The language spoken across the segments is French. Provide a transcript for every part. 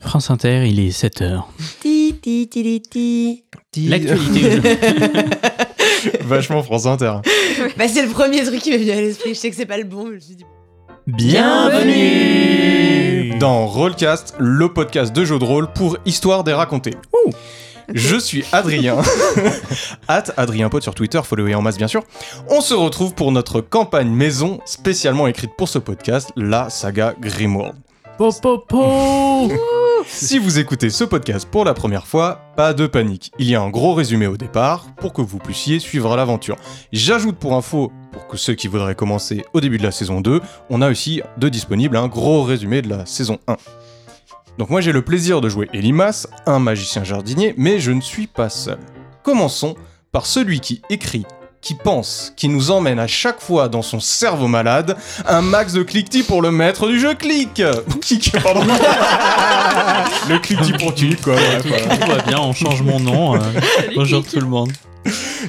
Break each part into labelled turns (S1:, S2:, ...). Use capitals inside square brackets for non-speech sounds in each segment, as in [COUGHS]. S1: France Inter, il est 7h.
S2: Ti, ti, ti, ti, ti.
S3: [LAUGHS]
S1: L'actualité.
S2: [LAUGHS]
S3: Vachement France Inter.
S2: Bah, c'est le premier truc qui m'est venu à l'esprit. Je sais que c'est pas le bon, mais je me suis dit.
S1: Bienvenue
S3: Dans Rollcast, le podcast de jeux de rôle pour histoire des racontés. Je suis Adrien, hâte Adrien Pote sur Twitter, followé en masse bien sûr. On se retrouve pour notre campagne maison spécialement écrite pour ce podcast, la saga Grimworld.
S1: Po, po, po.
S3: Si vous écoutez ce podcast pour la première fois, pas de panique. Il y a un gros résumé au départ pour que vous puissiez suivre l'aventure. J'ajoute pour info, pour que ceux qui voudraient commencer au début de la saison 2, on a aussi de disponible un gros résumé de la saison 1. Donc moi j'ai le plaisir de jouer Elimas, un magicien jardinier, mais je ne suis pas seul. Commençons par celui qui écrit, qui pense, qui nous emmène à chaque fois dans son cerveau malade, un max de cliquetis pour le maître du jeu clic Clic, pardon [LAUGHS] Le cliquetis pour tu, quoi. voilà,
S1: tout,
S3: quoi.
S1: tout va bien, on change mon nom. euh, bonjour tout le monde.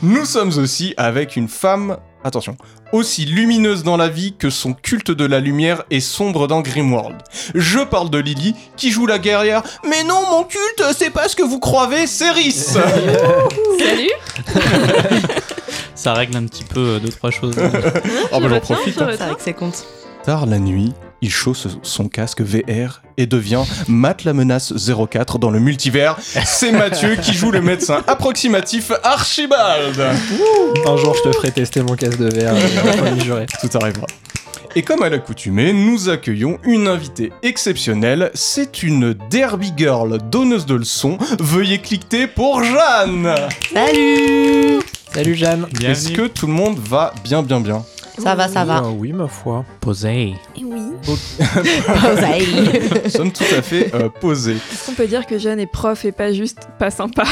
S3: Nous sommes aussi avec une femme, attention, aussi lumineuse dans la vie que son culte de la lumière est sombre dans Grimworld. Je parle de Lily, qui joue la guerrière. Mais non, mon culte, c'est pas ce que vous croyez, c'est Rhys
S4: Salut
S3: Oh,
S1: Ça règle un petit peu euh, deux, trois
S3: [LAUGHS]
S1: choses.
S3: Oh, bah, j'en
S4: Jonathan,
S3: profite.
S2: C'est
S4: Jonathan.
S2: vrai que ça compte.
S3: Tard la nuit, il chausse son casque VR et devient Matt la menace 04 dans le multivers. C'est Mathieu qui joue le médecin approximatif Archibald
S5: Un jour, je te ferai tester mon casque de verre, euh,
S2: [LAUGHS]
S5: promis, juré.
S3: Tout arrivera. Et comme à l'accoutumée, nous accueillons une invitée exceptionnelle. C'est une derby girl donneuse de leçons. Veuillez cliquer pour Jeanne.
S2: Salut
S5: Salut Jeanne.
S3: Est-ce que tout le monde va bien, bien, bien
S2: Ça va, ça va.
S5: Bien, Ah oui, ma foi.
S1: Posé.
S4: Oui.
S3: Oh,
S2: [LAUGHS]
S3: Nous sommes tout à fait euh, posés.
S4: Est-ce qu'on peut dire que Jeanne est prof et pas juste pas sympa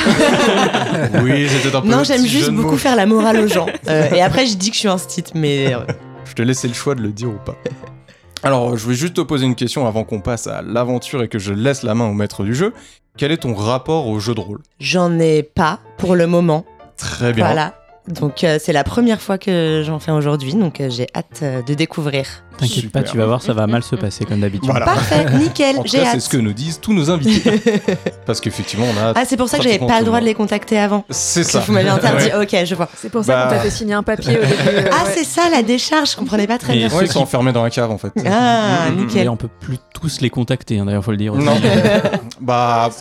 S3: [LAUGHS] Oui, c'était un peu.
S2: Non,
S3: le
S2: j'aime
S3: petit
S2: juste
S3: jeu de
S2: beaucoup
S3: mots.
S2: faire la morale aux
S3: [LAUGHS]
S2: gens. Euh, et après, je dis que je suis un stit, mais. euh,
S3: Je te laissais le choix de le dire ou pas. Alors, je vais juste te poser une question avant qu'on passe à l'aventure et que je laisse la main au maître du jeu. Quel est ton rapport au jeu de rôle
S2: J'en ai pas pour le moment.
S3: Très bien.
S2: Voilà. Donc, euh, c'est la première fois que j'en fais aujourd'hui, donc euh, j'ai hâte euh, de découvrir.
S1: T'inquiète pas,
S3: Super.
S1: tu vas voir, ça va mal se passer comme d'habitude.
S3: Voilà.
S2: Parfait,
S3: [LAUGHS]
S2: nickel,
S3: Ah. En tout
S2: j'ai
S3: cas, c'est
S2: hâte.
S3: ce que nous disent tous nos invités.
S2: [LAUGHS]
S3: Parce qu'effectivement, on a
S2: Ah, c'est pour ça que j'avais
S3: Pratiquement
S2: pas le droit
S3: tout
S2: de
S3: le
S2: les contacter avant.
S3: C'est
S2: Parce
S3: ça.
S2: que vous
S3: [LAUGHS]
S2: m'avez interdit,
S3: Ouais.
S2: ok, je vois.
S4: C'est pour ça
S3: Bah.
S4: qu'on t'a fait signer un papier au début. euh,
S2: Ah,
S4: ouais.
S2: c'est ça la décharge, je comprenais pas très
S1: Et-
S2: bien.
S3: Ouais, ils sont enfermés dans la cave en fait.
S2: Ah,
S3: Mm, mm, mm.
S1: Et
S2: nickel.
S1: on peut plus tous les contacter, hein, d'ailleurs, faut le dire aussi.
S3: [LAUGHS] Non.
S2: [LAUGHS]
S3: bah. [LAUGHS]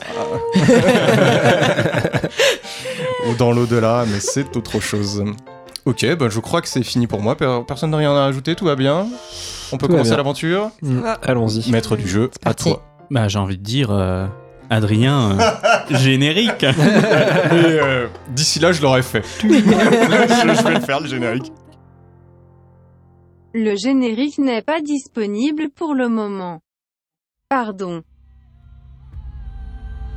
S3: Ou dans l'au-delà, mais c'est autre chose. Ok, bah, je crois que c'est fini pour moi. Per- Personne n'a rien à ajouter, tout va bien. On peut
S5: Tout va
S3: commencer
S5: bien.
S3: l'aventure.
S5: Mm,
S4: va.
S5: Allons-y.
S3: Maître du jeu, à
S2: parti. [LAUGHS]
S3: toi.
S1: Bah, j'ai envie de dire, euh, Adrien, euh,
S3: [LAUGHS]
S1: générique.
S3: Et, euh, D'ici là, [LAUGHS] je l'aurais fait. je, je vais le faire, le générique.
S6: Le générique n'est pas disponible pour le moment. Pardon.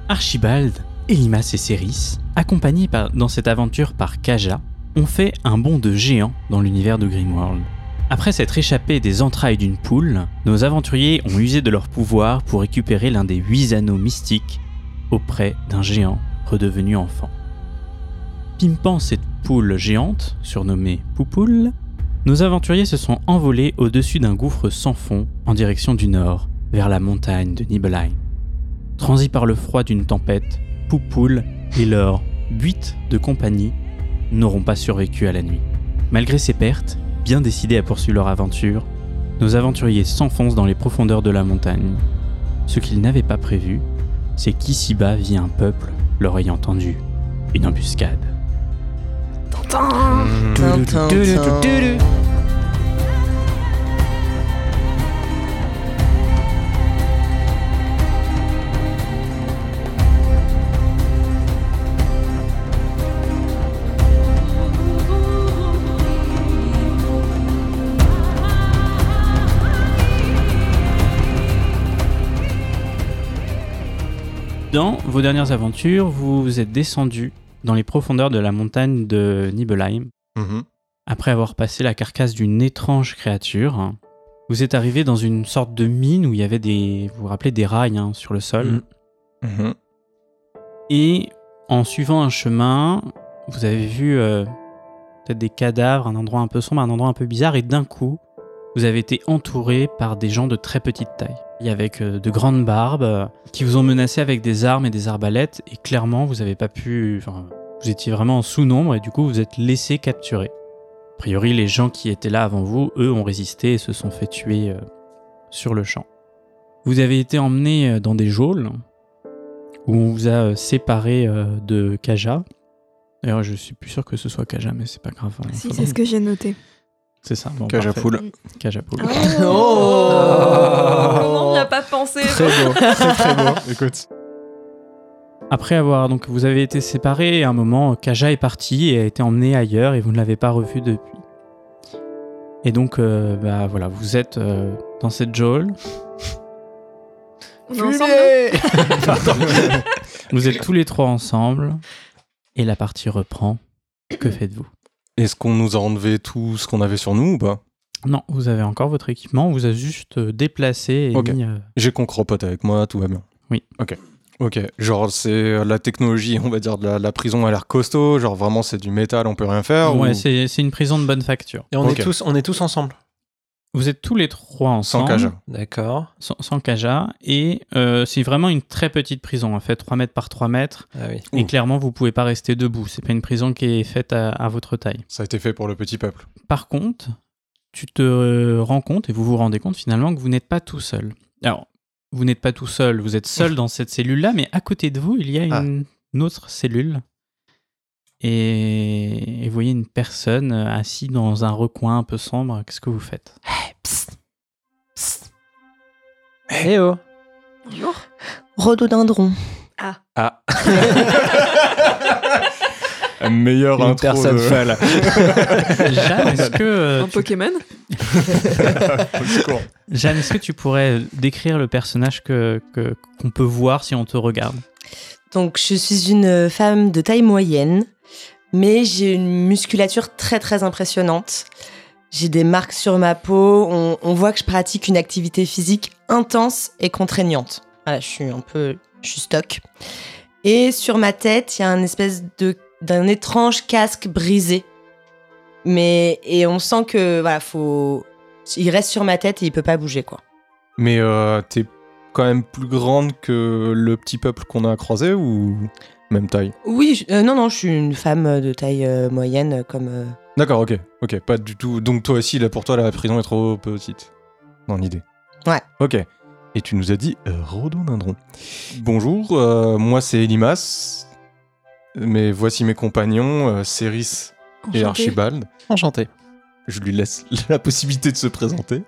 S1: Archibald, Elimas et Céris, accompagnés par- dans cette aventure par Kaja, ont fait un bond de géant dans l'univers de Grimworld. Après s'être échappés des entrailles d'une poule, nos aventuriers ont usé de leur pouvoir pour récupérer l'un des huit anneaux mystiques auprès d'un géant redevenu enfant. Pimpant cette poule géante, surnommée Poupoule, nos aventuriers se sont envolés au-dessus d'un gouffre sans fond en direction du nord, vers la montagne de Nibelheim. Transis par le froid d'une tempête, Poupoule et leurs huit de compagnie n'auront pas survécu à la nuit. Malgré ces pertes, bien décidés à poursuivre leur aventure, nos aventuriers s'enfoncent dans les profondeurs de la montagne. Ce qu'ils n'avaient pas prévu, c'est qu'ici-bas vit un peuple leur ayant tendu une embuscade.
S4: Tintin
S2: Mmh. Tintin, tintin.
S1: Dans vos dernières aventures, vous vous êtes descendu dans les profondeurs de la montagne de Nibelheim
S3: Mhm.
S1: Après avoir passé la carcasse d'une étrange créature, hein, vous êtes arrivé dans une sorte de mine où il y avait des, vous vous rappelez, des rails hein, sur le sol.
S5: Mhm.
S3: Mhm.
S1: Et en suivant un chemin, vous avez vu euh, peut-être des cadavres, un endroit un peu sombre, un endroit un peu bizarre, et d'un coup, vous avez été entouré par des gens de très petite taille, et avec euh, de grandes barbes, euh, qui vous ont menacé avec des armes et des arbalètes, et clairement, vous n'avez pas pu... enfin, vous étiez vraiment en sous-nombre, et du coup, vous êtes laissé capturer. A priori, les gens qui étaient là avant vous, eux, ont résisté et se sont fait tuer euh, sur le champ. Vous avez été emmené euh, dans des geôles, où on vous a euh, séparé euh, de Kaja. D'ailleurs, je suis plus sûr que ce soit Kaja, mais c'est pas grave. hein,
S4: Si,
S1: faudra-
S4: c'est ce que j'ai noté.
S1: c'est ça. Bon,
S3: Cage à
S1: parfait.
S3: poule.
S1: Cage à
S4: Ah
S1: poule.
S2: Oh.
S4: Comment on n'y a pas pensé
S5: Très beau, très très beau.
S3: Écoute.
S1: Après avoir donc vous avez été séparés, et à un moment Kaja est parti et a été emmené ailleurs et vous ne l'avez pas revu depuis. Et donc euh, bah voilà, vous êtes euh, dans cette geôle,
S4: On est ensemble
S1: vous êtes tous les trois ensemble et la partie reprend. Que faites-vous
S3: Est-ce qu'on nous a enlevé tout ce qu'on avait sur nous ou pas
S1: Non, vous avez encore votre équipement, on vous a juste euh, déplacé et
S3: Ok.
S1: mis, euh,
S3: J'ai qu'on cropote avec moi, tout va bien.
S1: Oui.
S3: Ok. Ok, genre c'est euh, la technologie, on va dire, de la, la prison a l'air costaud, genre vraiment c'est du métal, Ah, on peut rien faire.
S1: Ouais,
S3: ou-
S1: c'est c'est une prison de bonne facture.
S5: Et on,
S3: Ok.
S5: est tous, on est tous ensemble.
S1: Vous êtes tous les trois
S3: Sans
S1: ensemble.
S3: cage.
S5: D'accord.
S1: Sans, sans Kaja. Et euh, c'est vraiment une très petite prison. Elle fait 3 mètres par 3 mètres.
S5: Ah oui.
S1: Et
S3: Ouh.
S1: clairement, vous pouvez pas rester debout. C'est pas une prison qui est faite à, à votre taille.
S3: Ça a été fait pour le petit peuple.
S1: Par contre, tu te euh, rends compte et vous vous rendez compte finalement que vous n'êtes pas tout seul. Alors, vous n'êtes pas tout seul. Vous êtes seul dans cette cellule-là, mais à côté de vous, il y a
S3: Ah.
S1: une, une autre cellule. Et, et vous voyez une personne euh, assise dans un recoin un peu sombre. Qu'est-ce que vous faites
S5: Eh oh
S4: Bonjour.
S2: Rhododendron.
S3: Ah. Meilleur
S5: Une
S3: intro
S5: personne
S3: de... [LAUGHS]
S5: folle.
S1: Jeanne, est-ce que euh,
S4: Un Pokémon
S3: Au secours.
S1: Jeanne, est-ce que tu pourrais euh, décrire le personnage que que- qu'on peut voir si on te regarde
S2: Donc, je suis une femme de taille moyenne, mais j'ai une musculature très très impressionnante. J'ai des marques sur ma peau. On, on voit que je pratique une activité physique intense et contraignante. Voilà, je suis un peu, je suis stock. Et sur ma tête, il y a un espèce de d'un étrange casque brisé. Mais et on sent que voilà, faut, il reste sur ma tête et il peut pas bouger quoi.
S3: Mais euh, t'es quand même plus grande que le petit peuple qu'on a croisé ou même taille
S2: Oui, je- euh, non non, je suis une femme de taille euh, moyenne comme. euh,
S3: D'accord, ok, ok, pas du tout. Donc toi aussi, là pour toi, la prison est trop petite. Dans l'idée.
S2: Ouais.
S3: Ok. Et tu nous as dit euh, rhododendron. Bonjour, euh, moi c'est Elimas. Mais voici mes compagnons, euh, Céris et
S4: Enchanté.
S3: Archibald.
S5: [LAUGHS] Enchanté.
S3: Je lui laisse [LAUGHS] la possibilité de se présenter.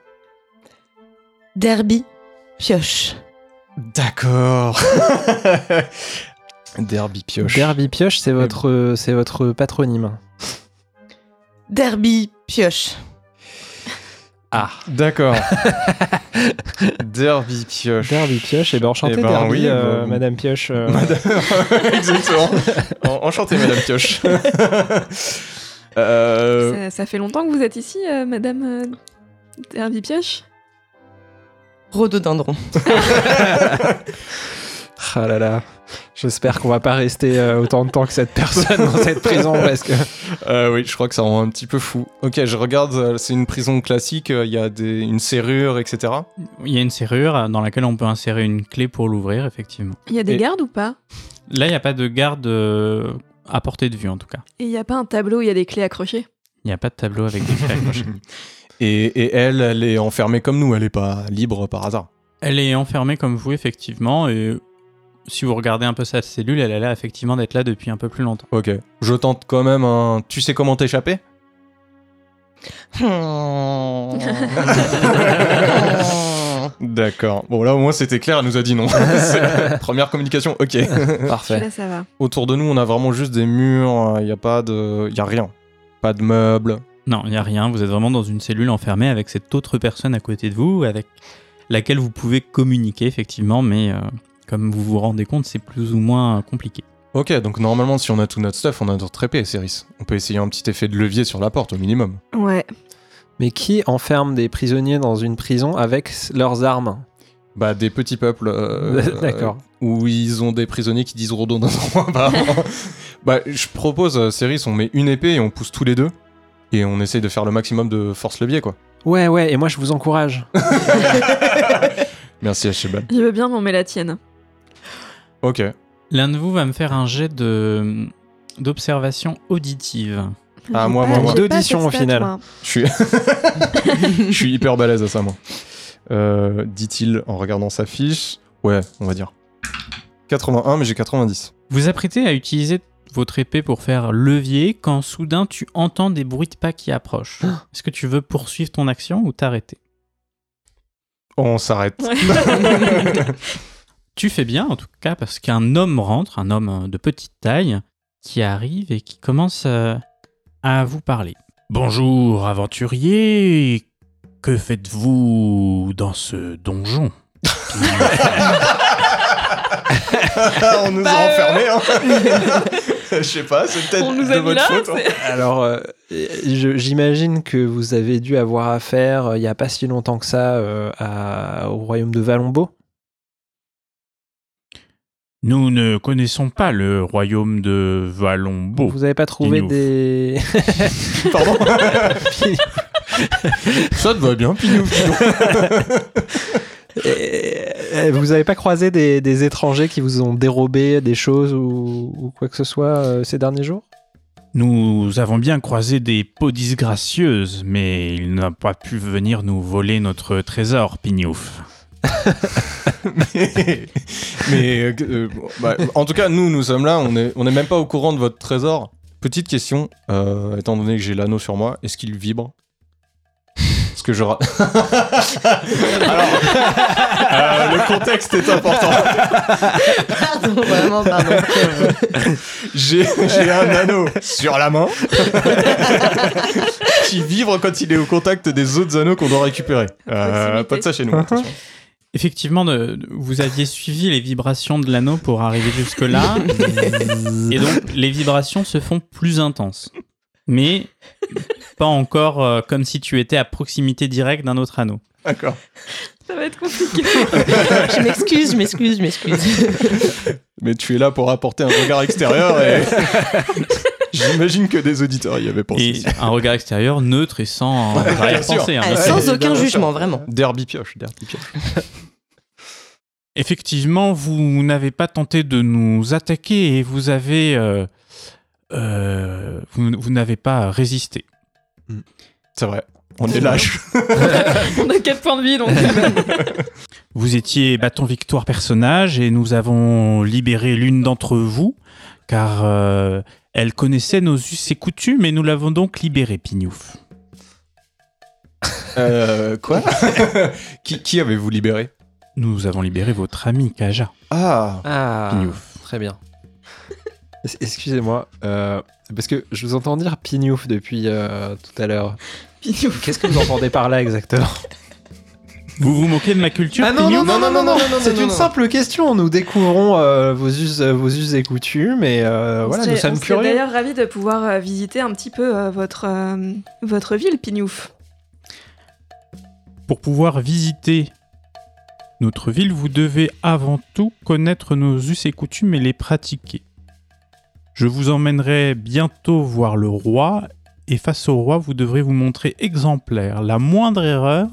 S2: Derby, pioche.
S3: D'accord. [LAUGHS] Derby pioche.
S5: Derby Pioche, c'est votre, euh, c'est votre patronyme.
S2: Derby, pioche.
S5: Ah
S3: D'accord. [LAUGHS] Derby pioche.
S5: Derby Pioche, et bien enchanté
S3: Eh ben
S5: Derby,
S3: oui,
S5: euh,
S3: bon.
S5: [LAUGHS] Madame Pioche. euh,
S3: Madame- [LAUGHS] Exactement. En- Enchanté, Madame Pioche. Euh,
S4: ça, ça fait longtemps que vous êtes ici, euh, madame euh, Derby Pioche
S2: [LAUGHS] Rhododendron.
S5: Ah là là. J'espère qu'on va pas rester euh, autant de temps que cette personne dans cette [LAUGHS] prison parce que.
S3: euh, oui, je crois que ça rend un petit peu fou. Ok, je regarde, euh, c'est une prison classique, euh, il y a des, une serrure, etc.
S1: Il y a une serrure euh, dans laquelle on peut insérer une clé pour l'ouvrir, effectivement.
S4: Il y a des
S3: Et-
S4: gardes ou pas
S1: Là, il n'y a pas de garde euh, à portée de vue, en tout cas.
S4: Et il n'y a pas un tableau où il y a des clés accrochées
S1: Il n'y a pas de tableau avec des clés
S3: [LAUGHS]
S1: accrochées.
S3: Et, et elle, elle est enfermée comme nous, elle est pas libre par hasard.
S1: Elle est enfermée comme vous, effectivement, et euh, si vous regardez un peu sa cellule, elle a l'air effectivement d'être là depuis un peu plus longtemps.
S3: Ok, je tente quand même un... Tu sais comment t'échapper
S2: Hmm.
S3: D'accord. Bon, là au moins c'était clair, elle nous a dit [LAUGHS] non. C'est la Première communication, ok.
S5: Parfait.
S4: Là, ça va.
S3: Autour de nous, on a vraiment juste des murs, hein, il n'y a pas de... Il y a rien. Pas de meubles.
S1: Non, il n'y a rien, vous êtes vraiment dans une cellule enfermée avec cette autre personne à côté de vous, avec laquelle vous pouvez communiquer, effectivement, mais euh, comme vous vous rendez compte, c'est plus ou moins euh, compliqué.
S3: Ok, donc normalement, si on a tout notre stuff, on a notre épée, Céris. On peut essayer un petit effet de levier sur la porte au minimum.
S4: Ouais.
S5: Mais qui enferme des prisonniers dans une prison avec leurs armes
S3: Bah, des petits peuples. euh,
S5: [LAUGHS] D'accord.
S3: euh, Où ils ont des prisonniers qui disent rhododendron, apparemment. bah, je propose, euh, Céris, on met une épée et on pousse tous les deux. Et on essaye de faire le maximum de force levier, quoi.
S5: Ouais, ouais, et moi je vous encourage.
S3: Merci Ashebal.
S4: Je veux bien, mais on met la tienne.
S3: Ok.
S1: L'un de vous va me faire un jet de d'observation auditive.
S3: Ah,
S4: J'ai
S3: moi, moi,
S4: pas-
S3: moi.
S4: j'ai pas
S5: D'audition,
S4: cette
S5: au
S4: stat,
S5: final.
S4: moi.
S3: Je suis... [LAUGHS] Je suis hyper balèze à ça, moi. Euh, Dit-il en regardant sa fiche. Ouais, on va dire. 81, mais j'ai 90.
S1: Vous apprêtez à utiliser votre épée pour faire levier quand soudain tu entends des bruits de pas qui approchent. Est-ce que tu veux poursuivre ton action ou t'arrêter
S3: On s'arrête.
S1: Tu fais bien en tout cas parce qu'un homme rentre, un homme euh, de petite taille, qui arrive et qui commence euh, à vous parler. Bonjour aventurier, que faites-vous dans ce donjon
S3: [LAUGHS] Ah, on nous a enfermés, hein.
S4: [LAUGHS]
S3: Je sais pas, c'est peut-être
S4: Bah, euh, On nous a
S3: de
S4: mis
S3: votre
S4: là.
S3: faute. hein.
S4: c'est-
S5: [LAUGHS] Alors, euh, je- j'imagine que vous avez dû avoir affaire, euh, il n'y a pas si longtemps que ça, euh, à- au royaume de Valombo.
S1: Nous ne connaissons pas le royaume de Valombo.
S5: Vous n'avez pas trouvé
S1: Guignouf.
S5: [LAUGHS] des.
S3: [LAUGHS] Pardon. ça te va bien, Pinou.
S5: Euh, vous n'avez pas croisé des, des étrangers qui vous ont dérobé des choses ou, ou quoi que ce soit euh, ces derniers jours
S1: Nous avons bien croisé des peaux disgracieuses, mais il n'a pas pu venir nous voler notre trésor, Pignouf.
S3: mais mais, euh, bon, bah, en tout cas, nous, nous sommes là. On est, on est même pas au courant de votre trésor. Petite question, euh, étant donné que j'ai l'anneau sur moi, est-ce qu'il vibre Parce que je. ra- [LAUGHS] Alors, euh, le contexte est important.
S2: Pardon, vraiment, pardon.
S3: J'ai j'ai un anneau sur la main [LAUGHS] qui vibre quand il est au contact des autres anneaux qu'on doit récupérer. Euh,
S4: Proximité.
S3: pas de ça chez nous. hein. attention.
S1: Effectivement, de- de- vous aviez suivi les vibrations de l'anneau pour arriver
S3: [LAUGHS]
S1: jusque-là, et donc les vibrations se font plus intenses. Mais pas encore euh, comme si tu étais à proximité directe d'un autre anneau.
S3: D'accord.
S4: Ça va être compliqué.
S2: je m'excuse, je m'excuse, je m'excuse.
S3: Mais tu es là pour apporter un regard extérieur et. J'imagine que des auditeurs y avaient pensé.
S1: Et un regard extérieur neutre et sans
S3: Ouais, bien sûr.
S1: arrière-pensée. hein,
S2: Ah,
S1: bien sûr.
S2: sans aucun jugement, vraiment.
S3: Derby pioche, derby pioche.
S1: Effectivement, vous n'avez pas tenté de nous attaquer et vous avez. euh, euh, vous, vous n'avez pas résisté.
S3: C'est vrai. On est lâche.
S4: on a 4 points de vie, donc.
S1: Vous étiez bâton victoire personnage et nous avons libéré l'une d'entre vous car euh, elle connaissait nos us et coutumes et nous l'avons donc libérée, Pignouf.
S3: Euh, quoi [LAUGHS] Qui, qui avez-vous libéré
S1: Nous avons libéré votre ami Kaja,
S3: Ah
S5: Ah,
S1: Pignouf.
S5: très bien. Es- Excusez-moi, euh, parce que je vous entends dire pignouf depuis euh, tout à l'heure.
S4: Pignouf.
S5: Qu'est-ce que vous entendez par là exactement
S1: Vous vous moquez de ma culture Pignouf
S3: Ah non, non, non, non, non,
S5: c'est
S3: non,
S5: une
S3: non.
S5: simple question. Nous découvrons euh, vos us, euh, vos us et coutumes, et euh,
S4: On
S5: voilà,
S4: serait-
S5: nous
S4: on
S5: sommes
S4: serait
S5: curieux.
S4: d'ailleurs ravis de pouvoir euh, visiter un petit peu euh, votre, euh, votre ville, Pignouf.
S1: Pour pouvoir visiter notre ville, vous devez avant tout connaître nos us et coutumes et les pratiquer. Je vous emmènerai bientôt voir le roi, et face au roi, vous devrez vous montrer exemplaire. La moindre erreur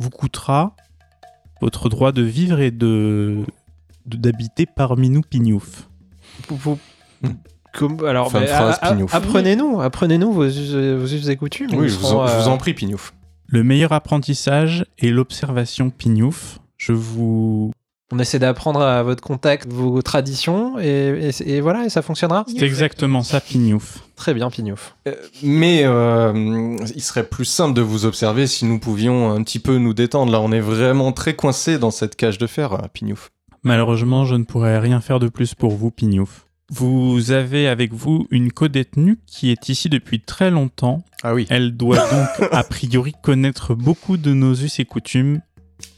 S1: vous coûtera votre droit de vivre et de de- d'habiter parmi nous Pignouf.
S5: Pou- pou- Comme- alors,
S3: Fin de
S5: bah,
S3: phrase,
S5: a- a-
S3: Pignouf.
S5: apprenez-nous, apprenez-nous vos us, euh, vos us et coutumes.
S3: Oui,
S5: Nous
S3: je vous,
S5: serons,
S3: en, je
S5: euh,
S3: vous en prie, Pignouf.
S1: Le meilleur apprentissage est l'observation Pignouf. Je vous...
S5: On essaie d'apprendre à votre contact vos traditions, et, et- et voilà, et ça fonctionnera.
S1: C'est exactement ça Pignouf.
S5: Très bien, Pignouf.
S3: Euh, mais euh, il serait plus simple de vous observer si nous pouvions un petit peu nous détendre. Là, on est vraiment très coincé dans cette cage de fer, euh, Pignouf.
S1: Malheureusement, je ne pourrais rien faire de plus pour vous, Pignouf. Vous avez avec vous une codétenue qui est ici depuis très longtemps.
S3: Ah oui.
S1: Elle doit donc, a priori, connaître beaucoup de nos us et coutumes.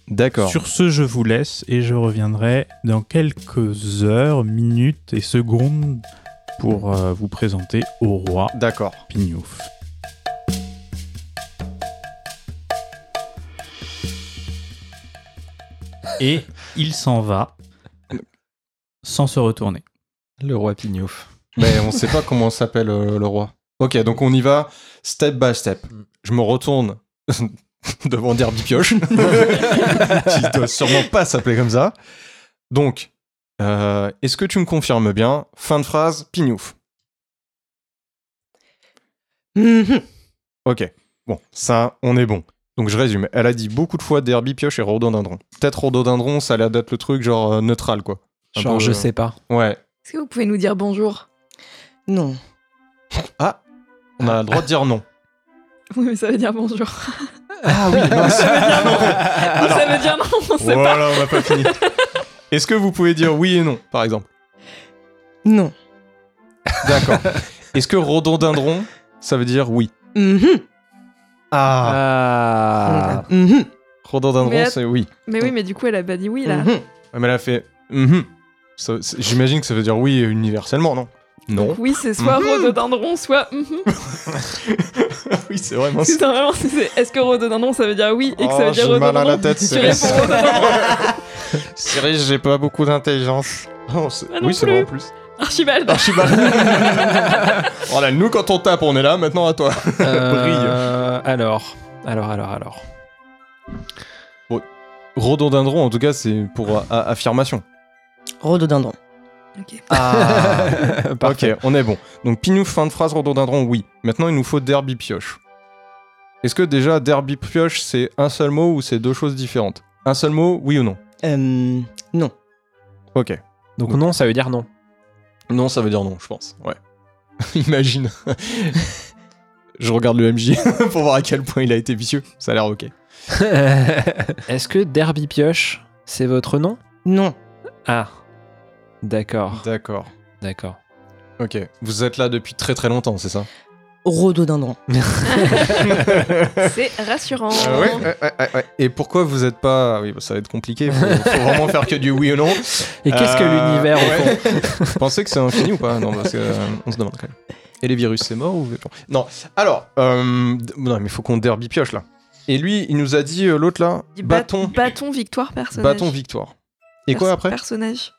S3: D'accord.
S1: Sur ce, je vous laisse et je reviendrai dans quelques heures, minutes et secondes pour euh, vous présenter au roi
S3: D'accord.
S1: Pignouf. Et il s'en va sans se retourner.
S5: Le roi Pignouf.
S3: Mais on sait pas comment s'appelle euh, le roi. Ok, donc on y va step by step. Je me retourne [LAUGHS] devant Derby Pioche, qui doit sûrement pas s'appeler comme ça. Donc, euh, est-ce que tu me confirmes bien Fin de phrase, pignouf.
S2: Mhm.
S3: Ok, bon, ça, on est bon. Donc je résume, elle a dit beaucoup de fois Derby Pioche et Rhododendron. Peut-être Rhododendron, ça la date le truc genre euh, neutral, quoi. Un
S5: Genre,
S3: peu,
S5: je
S3: euh,
S5: sais pas.
S3: Ouais.
S4: Est-ce que vous pouvez nous dire bonjour
S2: Non.
S3: On a le droit de dire
S5: [LAUGHS]
S3: non.
S4: [LAUGHS] Oui, mais ça veut dire bonjour.
S3: Ah oui,
S4: [LAUGHS]
S3: non,
S4: ça veut dire non, on sait pas.
S3: Voilà, on n'a pas fini. Est-ce que vous pouvez dire oui et non, par exemple
S2: Non.
S3: D'accord. Est-ce que rhododendron, ça veut dire oui
S2: Mhm.
S3: Ah,
S5: Ah.
S2: Mhm.
S3: rhododendron,
S4: Mais-
S3: c'est oui.
S4: Mais oui, mais du coup, elle a pas dit oui, là.
S2: Mhm.
S3: Ouais, Mais elle a fait. mhm. Ça- c'est- J'imagine que ça veut dire oui universellement, non Non.
S4: Donc oui, c'est soit
S2: Mhm.
S4: rhododendron, soit... [LAUGHS] mhm.
S3: [LAUGHS] oui, c'est vraiment.
S4: C'est vraiment- c'est- Est-ce que rhododendron, ça veut dire oui et que ça veut dire
S3: Oh, j'ai mal à la
S4: rhododendron
S3: tête,
S4: Tu réponds
S3: Cyrus.
S4: rhododendron.
S3: [LAUGHS] Cyrus, j'ai pas beaucoup d'intelligence. [LAUGHS] Non, c'est-
S4: Ah non
S3: oui, c'est
S4: plus.
S3: vrai en plus. [LAUGHS]
S4: Archibald.
S3: Archibald. voilà, nous quand on tape, on est là. Maintenant à toi. [LAUGHS]
S5: Ah, Euh, alors, alors, alors, alors.
S3: Rhododendron, en tout cas, c'est pour euh, a- a- affirmation.
S2: Rhododendron.
S3: Ah.
S5: Parfait.
S3: Ok, on est bon. Donc Pinouf, fin de phrase, rhododendron, oui. Maintenant, il nous faut derby pioche. Est-ce que déjà derby pioche, c'est un seul mot ou c'est deux choses différentes Un seul mot, oui ou non
S2: Euh, non.
S3: Ok.
S5: Donc non, ça veut
S3: [LAUGHS]
S5: dire non.
S3: Non, ça veut dire non, je pense. Ouais. [LAUGHS] Imagine. [LAUGHS] je regarde le MJ [LAUGHS] pour voir à quel point il a été vicieux. Ça a l'air ok.
S5: Est-ce que Derby Pioche, c'est votre nom
S2: Non.
S5: Ah. D'accord,
S3: D'accord.
S5: d'accord.
S3: Ok. Vous êtes là depuis très très longtemps, c'est ça
S2: Rhododendron.
S4: C'est rassurant.
S3: Ah ouais, ouais, ouais, ouais, ouais. Et pourquoi vous êtes pas. Oui, bah, ça va être compliqué. Faut, faut vraiment faire que du oui ou non.
S5: Et qu'est-ce que
S3: Euh,
S5: l'univers au fond
S3: ouais. [LAUGHS] Vous Pensez que c'est infini ou pas Non, parce que, euh, on se demande quand même. Et les virus, c'est mort ou Non. Alors, euh, d- non, mais il faut qu'on derby pioche là. Et lui, il nous a dit euh, l'autre là,
S4: Dis bat-
S3: bâton,
S4: Bâton, victoire, personnage.
S3: bâton victoire. Et quoi
S4: Perso-
S3: après
S4: Personnage,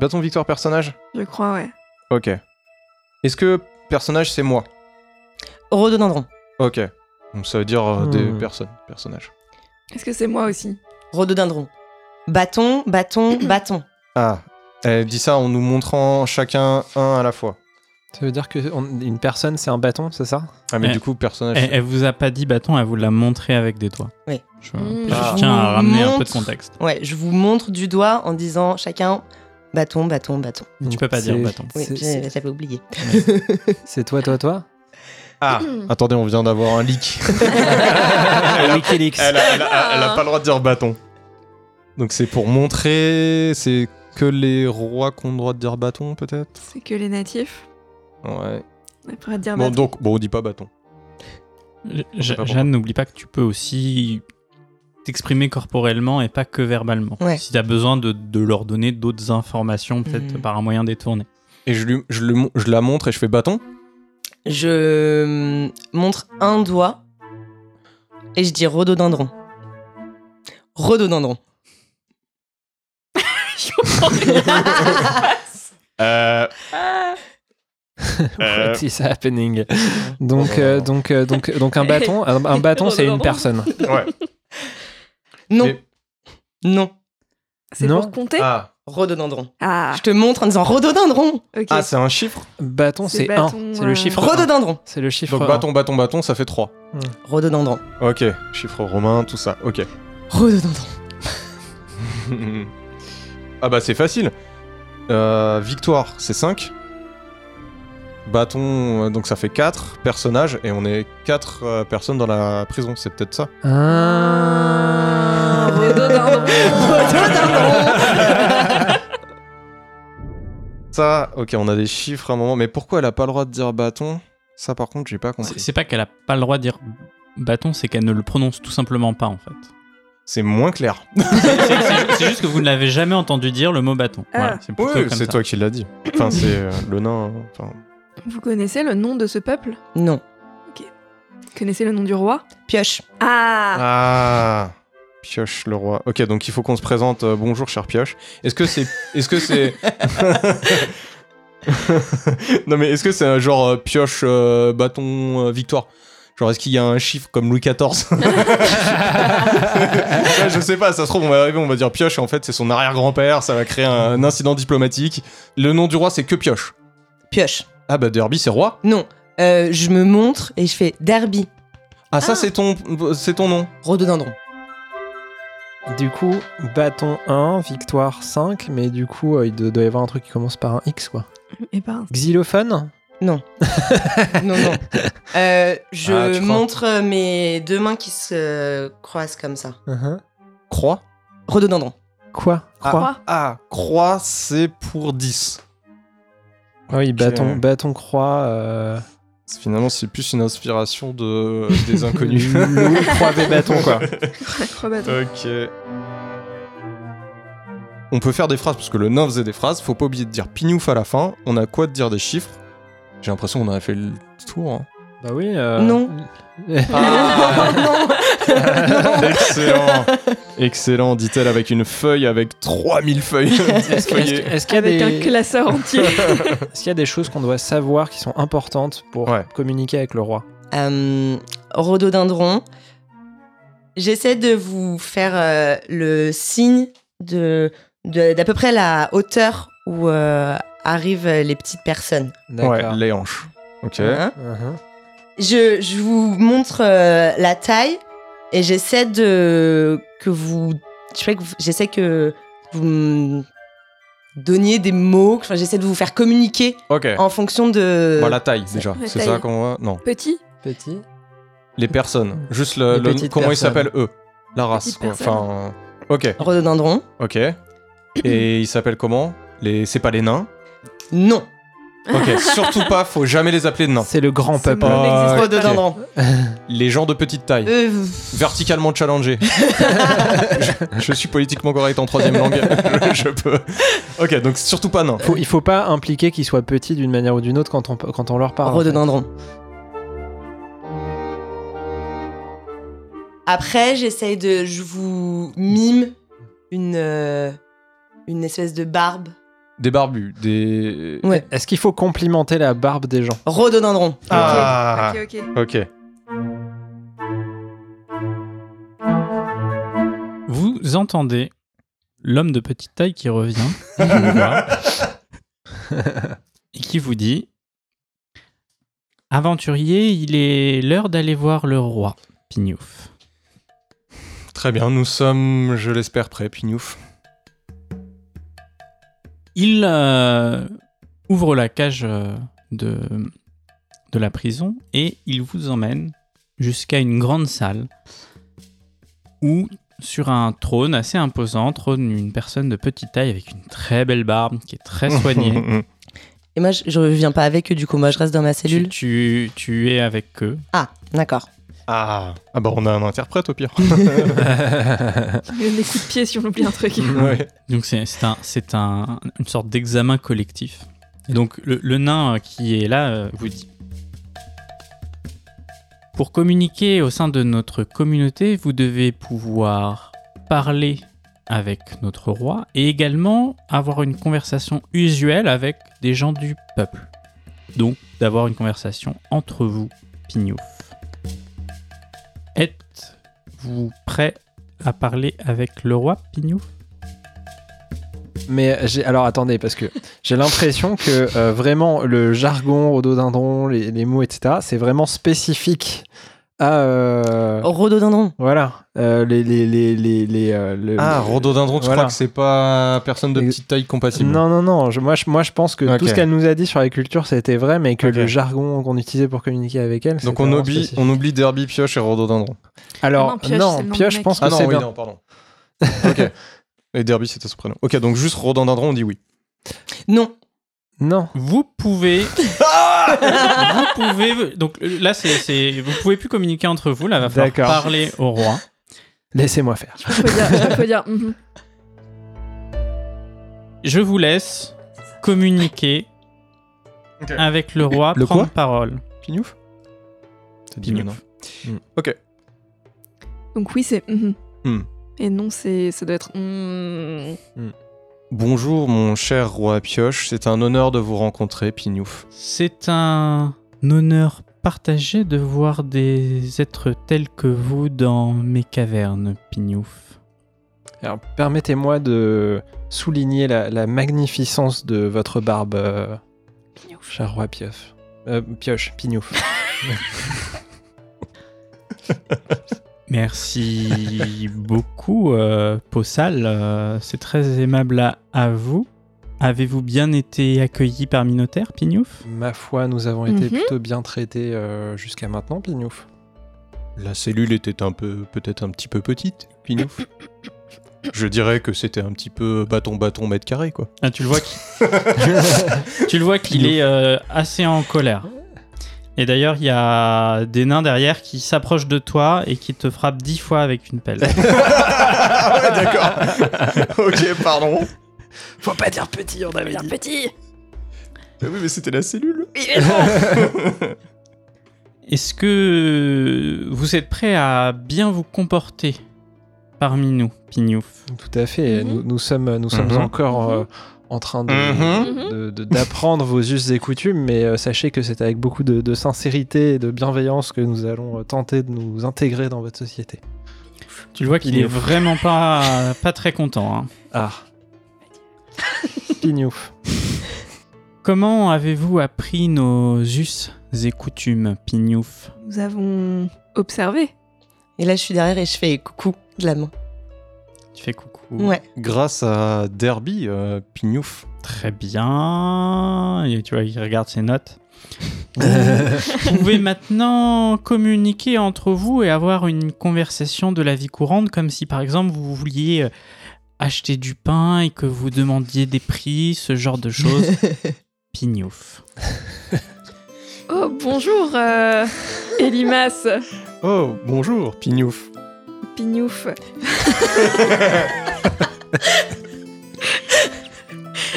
S3: Bâton victoire personnage.
S4: je crois, ouais.
S3: Ok. Est-ce que personnage c'est moi
S2: Rhododendron.
S3: Ok. Donc ça veut dire euh, des
S5: Hmm.
S3: personnes, personnages.
S4: Est-ce que c'est moi aussi
S2: Rhododendron. Bâton, bâton, bâton.
S3: Ah. Elle dit ça en nous montrant chacun un à la fois.
S5: Ça veut dire qu'une personne, c'est un bâton, c'est ça
S3: Ah mais
S1: Eh.
S3: du coup personnage.
S1: Elle, elle vous a pas dit bâton, elle vous l'a montré avec des doigts.
S2: Oui.
S1: Je,
S4: Mm.
S1: je
S3: Ah.
S1: tiens à ramener un
S2: Montre.
S1: peu de contexte.
S2: Ouais, je vous montre du doigt en disant chacun bâton, bâton, bâton.
S1: Tu peux pas
S5: C'est-
S1: dire bâton.
S2: Oui,
S5: c'est-
S2: j'ai-
S5: c'est-
S2: j'avais oublié.
S5: [LAUGHS] C'est toi, toi, toi
S3: Ah. [CLEARS THROAT] Attendez, on vient d'avoir un leak.
S5: Wikileaks.
S3: Elle a, elle a- elle a pas le droit de dire bâton. Donc c'est pour montrer, c'est que les rois qui ont le droit de dire bâton peut-être.
S4: C'est que les natifs
S3: Ouais.
S4: On pourrait dire
S3: Bon
S4: bâton.
S3: donc bon on dit pas bâton.
S1: Je-
S3: sais pas pourquoi.
S1: Jeanne, n'oublie pas que tu peux aussi t'exprimer corporellement et pas que verbalement.
S2: Ouais.
S1: Si tu as besoin de, de leur donner d'autres informations, peut-être
S2: Mhm.
S1: par un moyen détourné.
S3: Et je lui, je, le mon- je la montre et je fais bâton.
S2: Je hum, montre un doigt et je dis rhododendron. Rhododendron.
S4: [LAUGHS] Je comprends rien.
S3: Euh,
S4: Ah,
S3: [LAUGHS] Euh.
S5: What is happening donc, euh, donc, euh, donc, donc un bâton,
S3: [LAUGHS]
S5: un, un bâton, c'est une personne. [LAUGHS]
S3: ouais.
S2: Non,
S3: Et-
S2: non,
S4: c'est
S5: Non.
S4: pour compter
S3: Ah,
S2: rhododendron.
S4: Ah,
S2: Je te montre en disant rhododendron,
S4: ok.
S3: Ah, c'est un chiffre.
S5: Bâton,
S4: C'est
S5: c'est un.
S4: bâton,
S5: C'est le
S4: euh,
S5: chiffre. un.
S2: rhododendron,
S5: C'est le chiffre.
S3: Donc
S5: un.
S3: bâton, bâton, bâton, ça fait 3.
S2: rhododendron,
S3: Ok, chiffre romain, tout ça. Ok.
S2: rhododendron.
S3: ah bah c'est facile. Euh, victoire, c'est 5. Bâton, euh, donc ça fait 4 personnages et on est 4 personnes dans la prison, c'est peut-être ça.
S5: Ah.
S3: Ça, ok, on a des chiffres à un moment, mais pourquoi elle a pas le droit de dire bâton Ça par contre, j'ai pas
S1: C'est
S3: compris.
S1: c'est pas qu'elle a pas le droit de dire bâton, c'est qu'elle ne le prononce tout simplement pas en fait.
S3: C'est moins clair.
S1: [LAUGHS] C'est- c'est- C'est juste que vous ne l'avez jamais entendu dire le mot bâton.
S4: Ah.
S1: Voilà, c'est plutôt
S3: Oui,
S1: comme
S3: c'est
S1: ça.
S3: toi qui l'as dit. Enfin, c'est euh, le nain. hein, Enfin,
S4: Vous connaissez le nom de ce peuple
S2: Non,
S4: Vous connaissez le nom du roi
S2: pioche.
S4: Ah,
S3: Ah Pioche le roi. Ok, donc il faut qu'on se présente. euh, bonjour, cher Pioche. Est-ce que c'est. Est-ce que c'est. [LAUGHS] non, mais est-ce que c'est un genre euh, Pioche, euh, bâton, euh, victoire Genre, est-ce qu'il y a un chiffre comme Louis [LAUGHS] XIV Ouais, Je sais pas, ça se trouve, on va arriver, on va dire Pioche, et en fait, c'est son arrière-grand-père, ça va créer un, un incident diplomatique. Le nom du roi, c'est que Pioche.
S2: Pioche.
S3: Ah bah, Derby, c'est roi.
S2: Non. Euh, je me montre et je fais Derby,
S3: Ah, ça,
S4: Ah.
S3: c'est ton, c'est ton nom.
S2: rhododendron.
S5: Du coup, bâton 1, victoire 5, mais du coup, euh, il doit doit y avoir un truc qui commence par un X, quoi.
S4: Et ben,
S5: Xylophone
S2: Non, non. Euh, je
S5: Ah, tu crois
S2: montre euh, mes deux mains qui se euh, croisent comme ça.
S5: Mhm.
S3: Croix.
S2: Rhododendron.
S5: Quoi
S4: [LAUGHS]
S5: Croix
S4: croix.
S3: Uh-huh. Ah, croix, c'est pour 10.
S5: Ah Oui, bâton,
S3: Ok.
S5: bâton
S3: [LAUGHS]
S5: croix. euh,
S3: Finalement, c'est plus une inspiration [LAUGHS] de, des inconnus.
S5: loup, croix des bâtons, quoi.
S4: Croix bâton.
S3: Ok. On peut faire des phrases parce que le nain faisait des phrases. Faut pas oublier de dire pignouf à la fin. On a quoi de dire des chiffres J'ai l'impression qu'on a fait le tour. hein.
S5: Bah oui. euh,
S2: Non.
S3: [LAUGHS] Excellent [LAUGHS] Excellent, dit-elle avec une feuille avec 3000 feuilles.
S5: Est-ce que- est-ce que- est-ce qu'il y, a
S4: Avec un
S5: des-
S4: classeur
S3: [LAUGHS]
S4: entier.
S5: est-ce qu'il y a des choses qu'on doit savoir qui sont importantes pour
S3: Ouais.
S5: communiquer avec le roi
S2: Euh, rhododendron. J'essaie de vous faire euh, le signe de de- d'à peu près la hauteur où euh, arrivent les petites personnes.
S3: ouais, les hanches. Ok.
S2: Hein
S4: Uh-huh.
S5: Mhm.
S2: je, je vous montre euh, la taille et j'essaie de que vous, je sais que vous- j'essaie que vous me donniez des mots. Enfin, j'essaie de vous faire communiquer
S3: Ok.
S2: en euh, fonction de.
S3: Bon, la taille déjà.
S4: La
S3: C'est
S4: taille.
S3: ça qu'on voit Non.
S4: Petit.
S5: Petit.
S3: Les personnes. Juste le,
S5: Les
S3: le-
S5: petites
S3: comment ils
S5: personnes.
S3: s'appellent eux. La race.
S4: petites
S3: quoi.
S4: personnes.
S3: Enfin. euh, Ok.
S2: Rhododendron.
S3: Ok.
S5: [CLEARS THROAT]
S3: Et ils s'appellent comment Les. C'est pas les nains.
S2: Non.
S5: [LAUGHS]
S3: Ok. Surtout pas. Faut jamais les appeler de nains.
S5: C'est le grand
S4: C'est
S5: peuple.
S4: bon, on
S3: Ah,
S4: existe pas.
S2: Rhododendron.
S3: Les gens de petite taille.
S2: Euh, vous-
S3: Verticalement
S5: [LAUGHS]
S3: challengés. je, je suis politiquement correct en troisième
S5: [LAUGHS]
S3: langue. Je, je peux. Ok, donc surtout pas nain.
S5: Faut- il faut pas impliquer qu'ils soient petits d'une manière ou d'une autre quand on, quand on leur parle. en fait.
S2: Rhododendron. Après, j'essaye de. Je vous mime une. euh, une espèce de barbe.
S3: Des barbus, des.
S2: Ouais.
S5: Est-ce qu'il faut complimenter la barbe des gens
S2: Rhododendron.
S3: Ah.
S4: Ok, ok.
S3: Ok.
S1: Vous entendez l'homme de petite taille qui
S3: [LAUGHS]
S1: revient vous voir, [LAUGHS] et qui vous dit Aventurier, il est l'heure d'aller voir le roi, Pignouf.
S3: Très bien, nous sommes, je l'espère, prêts,
S5: [LAUGHS]
S3: Pignouf.
S1: Il euh, ouvre la cage euh, de, de la prison et il vous emmène jusqu'à une grande salle où, sur un trône assez imposant, trône une personne de petite taille avec une très belle barbe qui est très soignée.
S2: Et moi, je, je reviens pas avec eux, du coup, moi, je reste dans ma
S1: tu,
S2: cellule.
S1: tu- tu es avec eux.
S2: Ah, d'accord.
S3: [LAUGHS] ah. ah, bah on a un interprète au pire.
S5: Euh,
S4: Il donne des coups de pied si on oublie un
S3: [LAUGHS]
S4: truc.
S3: ouais.
S1: Donc c'est c'est un, c'est un- une sorte d'examen collectif. Et donc le, le nain euh, qui est là euh, vous dit Pour communiquer au sein de notre communauté, vous devez pouvoir parler avec notre roi et également avoir une conversation usuelle avec des gens du peuple. Donc d'avoir une conversation entre vous, Pignouf. Êtes-vous prêt à parler avec le roi, Pignouf
S5: Mais j'ai alors attendez parce que j'ai l'impression que euh, vraiment le jargon, rhododendron, les, les mots, etc. C'est vraiment spécifique à euh,
S4: Oh.
S2: Rhododendron.
S5: voilà euh, les les les les, les, euh, le-
S3: Ah,
S5: le-
S3: rhododendron, tu
S5: Voilà. Euh,
S3: crois que c'est pas personne de petite taille compatible
S5: Non non non. Je- moi je moi je pense que tout
S3: Ok.
S5: ce qu'elle nous a dit sur la culture c'était vrai, mais que
S3: Ok.
S5: le jargon qu'on utilisait pour communiquer avec elle.
S3: Donc
S5: c'était
S3: on
S5: vraiment
S3: oublie,
S5: spécifique.
S3: on oublie Derby, Pioche et rhododendron.
S5: Alors
S4: Ah
S5: non,
S4: non, Pioche, c'est le
S5: pioche,
S4: nom du
S5: je
S4: mec.
S5: pense que
S3: Ah non,
S5: c'est
S3: oui,
S5: bien.
S3: non, pardon. [LAUGHS] Ok. Et Derby, c'était son prénom. Ok, donc juste rhododendron, on dit oui.
S2: Non.
S5: Non.
S1: Vous pouvez. vous pouvez. Donc là, c'est, c'est- vous pouvez plus communiquer entre vous. Là, va falloir
S5: D'accord.
S1: parler au roi.
S5: Laissez-moi faire.
S4: Je peux dire, je peux dire, mhm.
S1: Je vous laisse communiquer
S3: Ok.
S1: avec le roi,
S3: Le
S1: prendre
S3: quoi
S1: parole.
S3: Pignouf T'as dit
S1: Pignouf.
S3: maintenant.
S4: Donc oui, c'est. mhm.
S3: Hmm.
S4: Et non, c'est, ça doit être. hmm.
S3: Bonjour, mon cher roi Pioche. C'est un honneur de vous rencontrer, Pignouf.
S1: C'est un honneur partagé de voir des êtres tels que vous dans mes cavernes, Pignouf.
S5: Alors, permettez-moi de souligner la, la magnificence de votre barbe, euh, Charroi Piof. Euh, pioche, Pignouf.
S1: Merci beaucoup, euh, Possal. Euh, C'est très aimable à, à vous. Avez-vous bien été accueilli par Minotaire, Pignouf
S5: Ma foi, nous avons été
S4: Mhm.
S5: plutôt bien traités euh, jusqu'à maintenant, Pignouf.
S3: La cellule était un peu, peut-être un petit peu petite, Pinouf. [COUGHS] Je dirais que c'était un petit peu bâton bâton mètre carré quoi.
S1: Ah, tu le vois qu'il, tu le vois qu'il est euh, assez en colère. Et d'ailleurs, il y a des nains derrière qui s'approchent de toi et qui te frappent dix fois avec une pelle.
S3: Ah ouais d'accord. ok pardon.
S5: Faut pas dire petit, on avait
S4: Bien petit.
S3: Mais Ah oui mais c'était la cellule.
S4: Oui, mais bon.
S1: Est-ce que vous êtes prêt à bien vous comporter parmi nous, Pignouf
S5: Tout à fait.
S4: Mhm.
S5: nous, nous sommes, nous sommes
S3: Mhm.
S5: encore euh, en train de-
S3: Mhm.
S5: de- de- d'apprendre vos us et coutumes, mais euh, sachez que c'est avec beaucoup de, de sincérité et de bienveillance que nous allons euh, tenter de nous intégrer dans votre société.
S1: Tu le vois qu'il est
S5: Pignouf.
S1: vraiment pas, pas très content. hein.
S5: Ah. Pignouf.
S1: Comment avez-vous appris nos us et coutumes, Pignouf
S4: Nous avons observé.
S2: Et là, je suis derrière et je fais coucou de la main.
S1: Tu fais coucou.
S2: Ouais.
S3: Grâce à Derby, euh, Pignouf.
S1: Très bien. Et tu vois, il regarde ses notes. vous pouvez maintenant communiquer entre vous et avoir une conversation de la vie courante, comme si par exemple vous vouliez euh, acheter du pain et que vous demandiez des prix, ce genre de
S2: [LAUGHS]
S1: choses. Pignouf.
S4: Oh, bonjour,
S3: [LAUGHS]
S4: euh, Elimas.
S3: Oh bonjour Pignouf.
S4: Pignouf.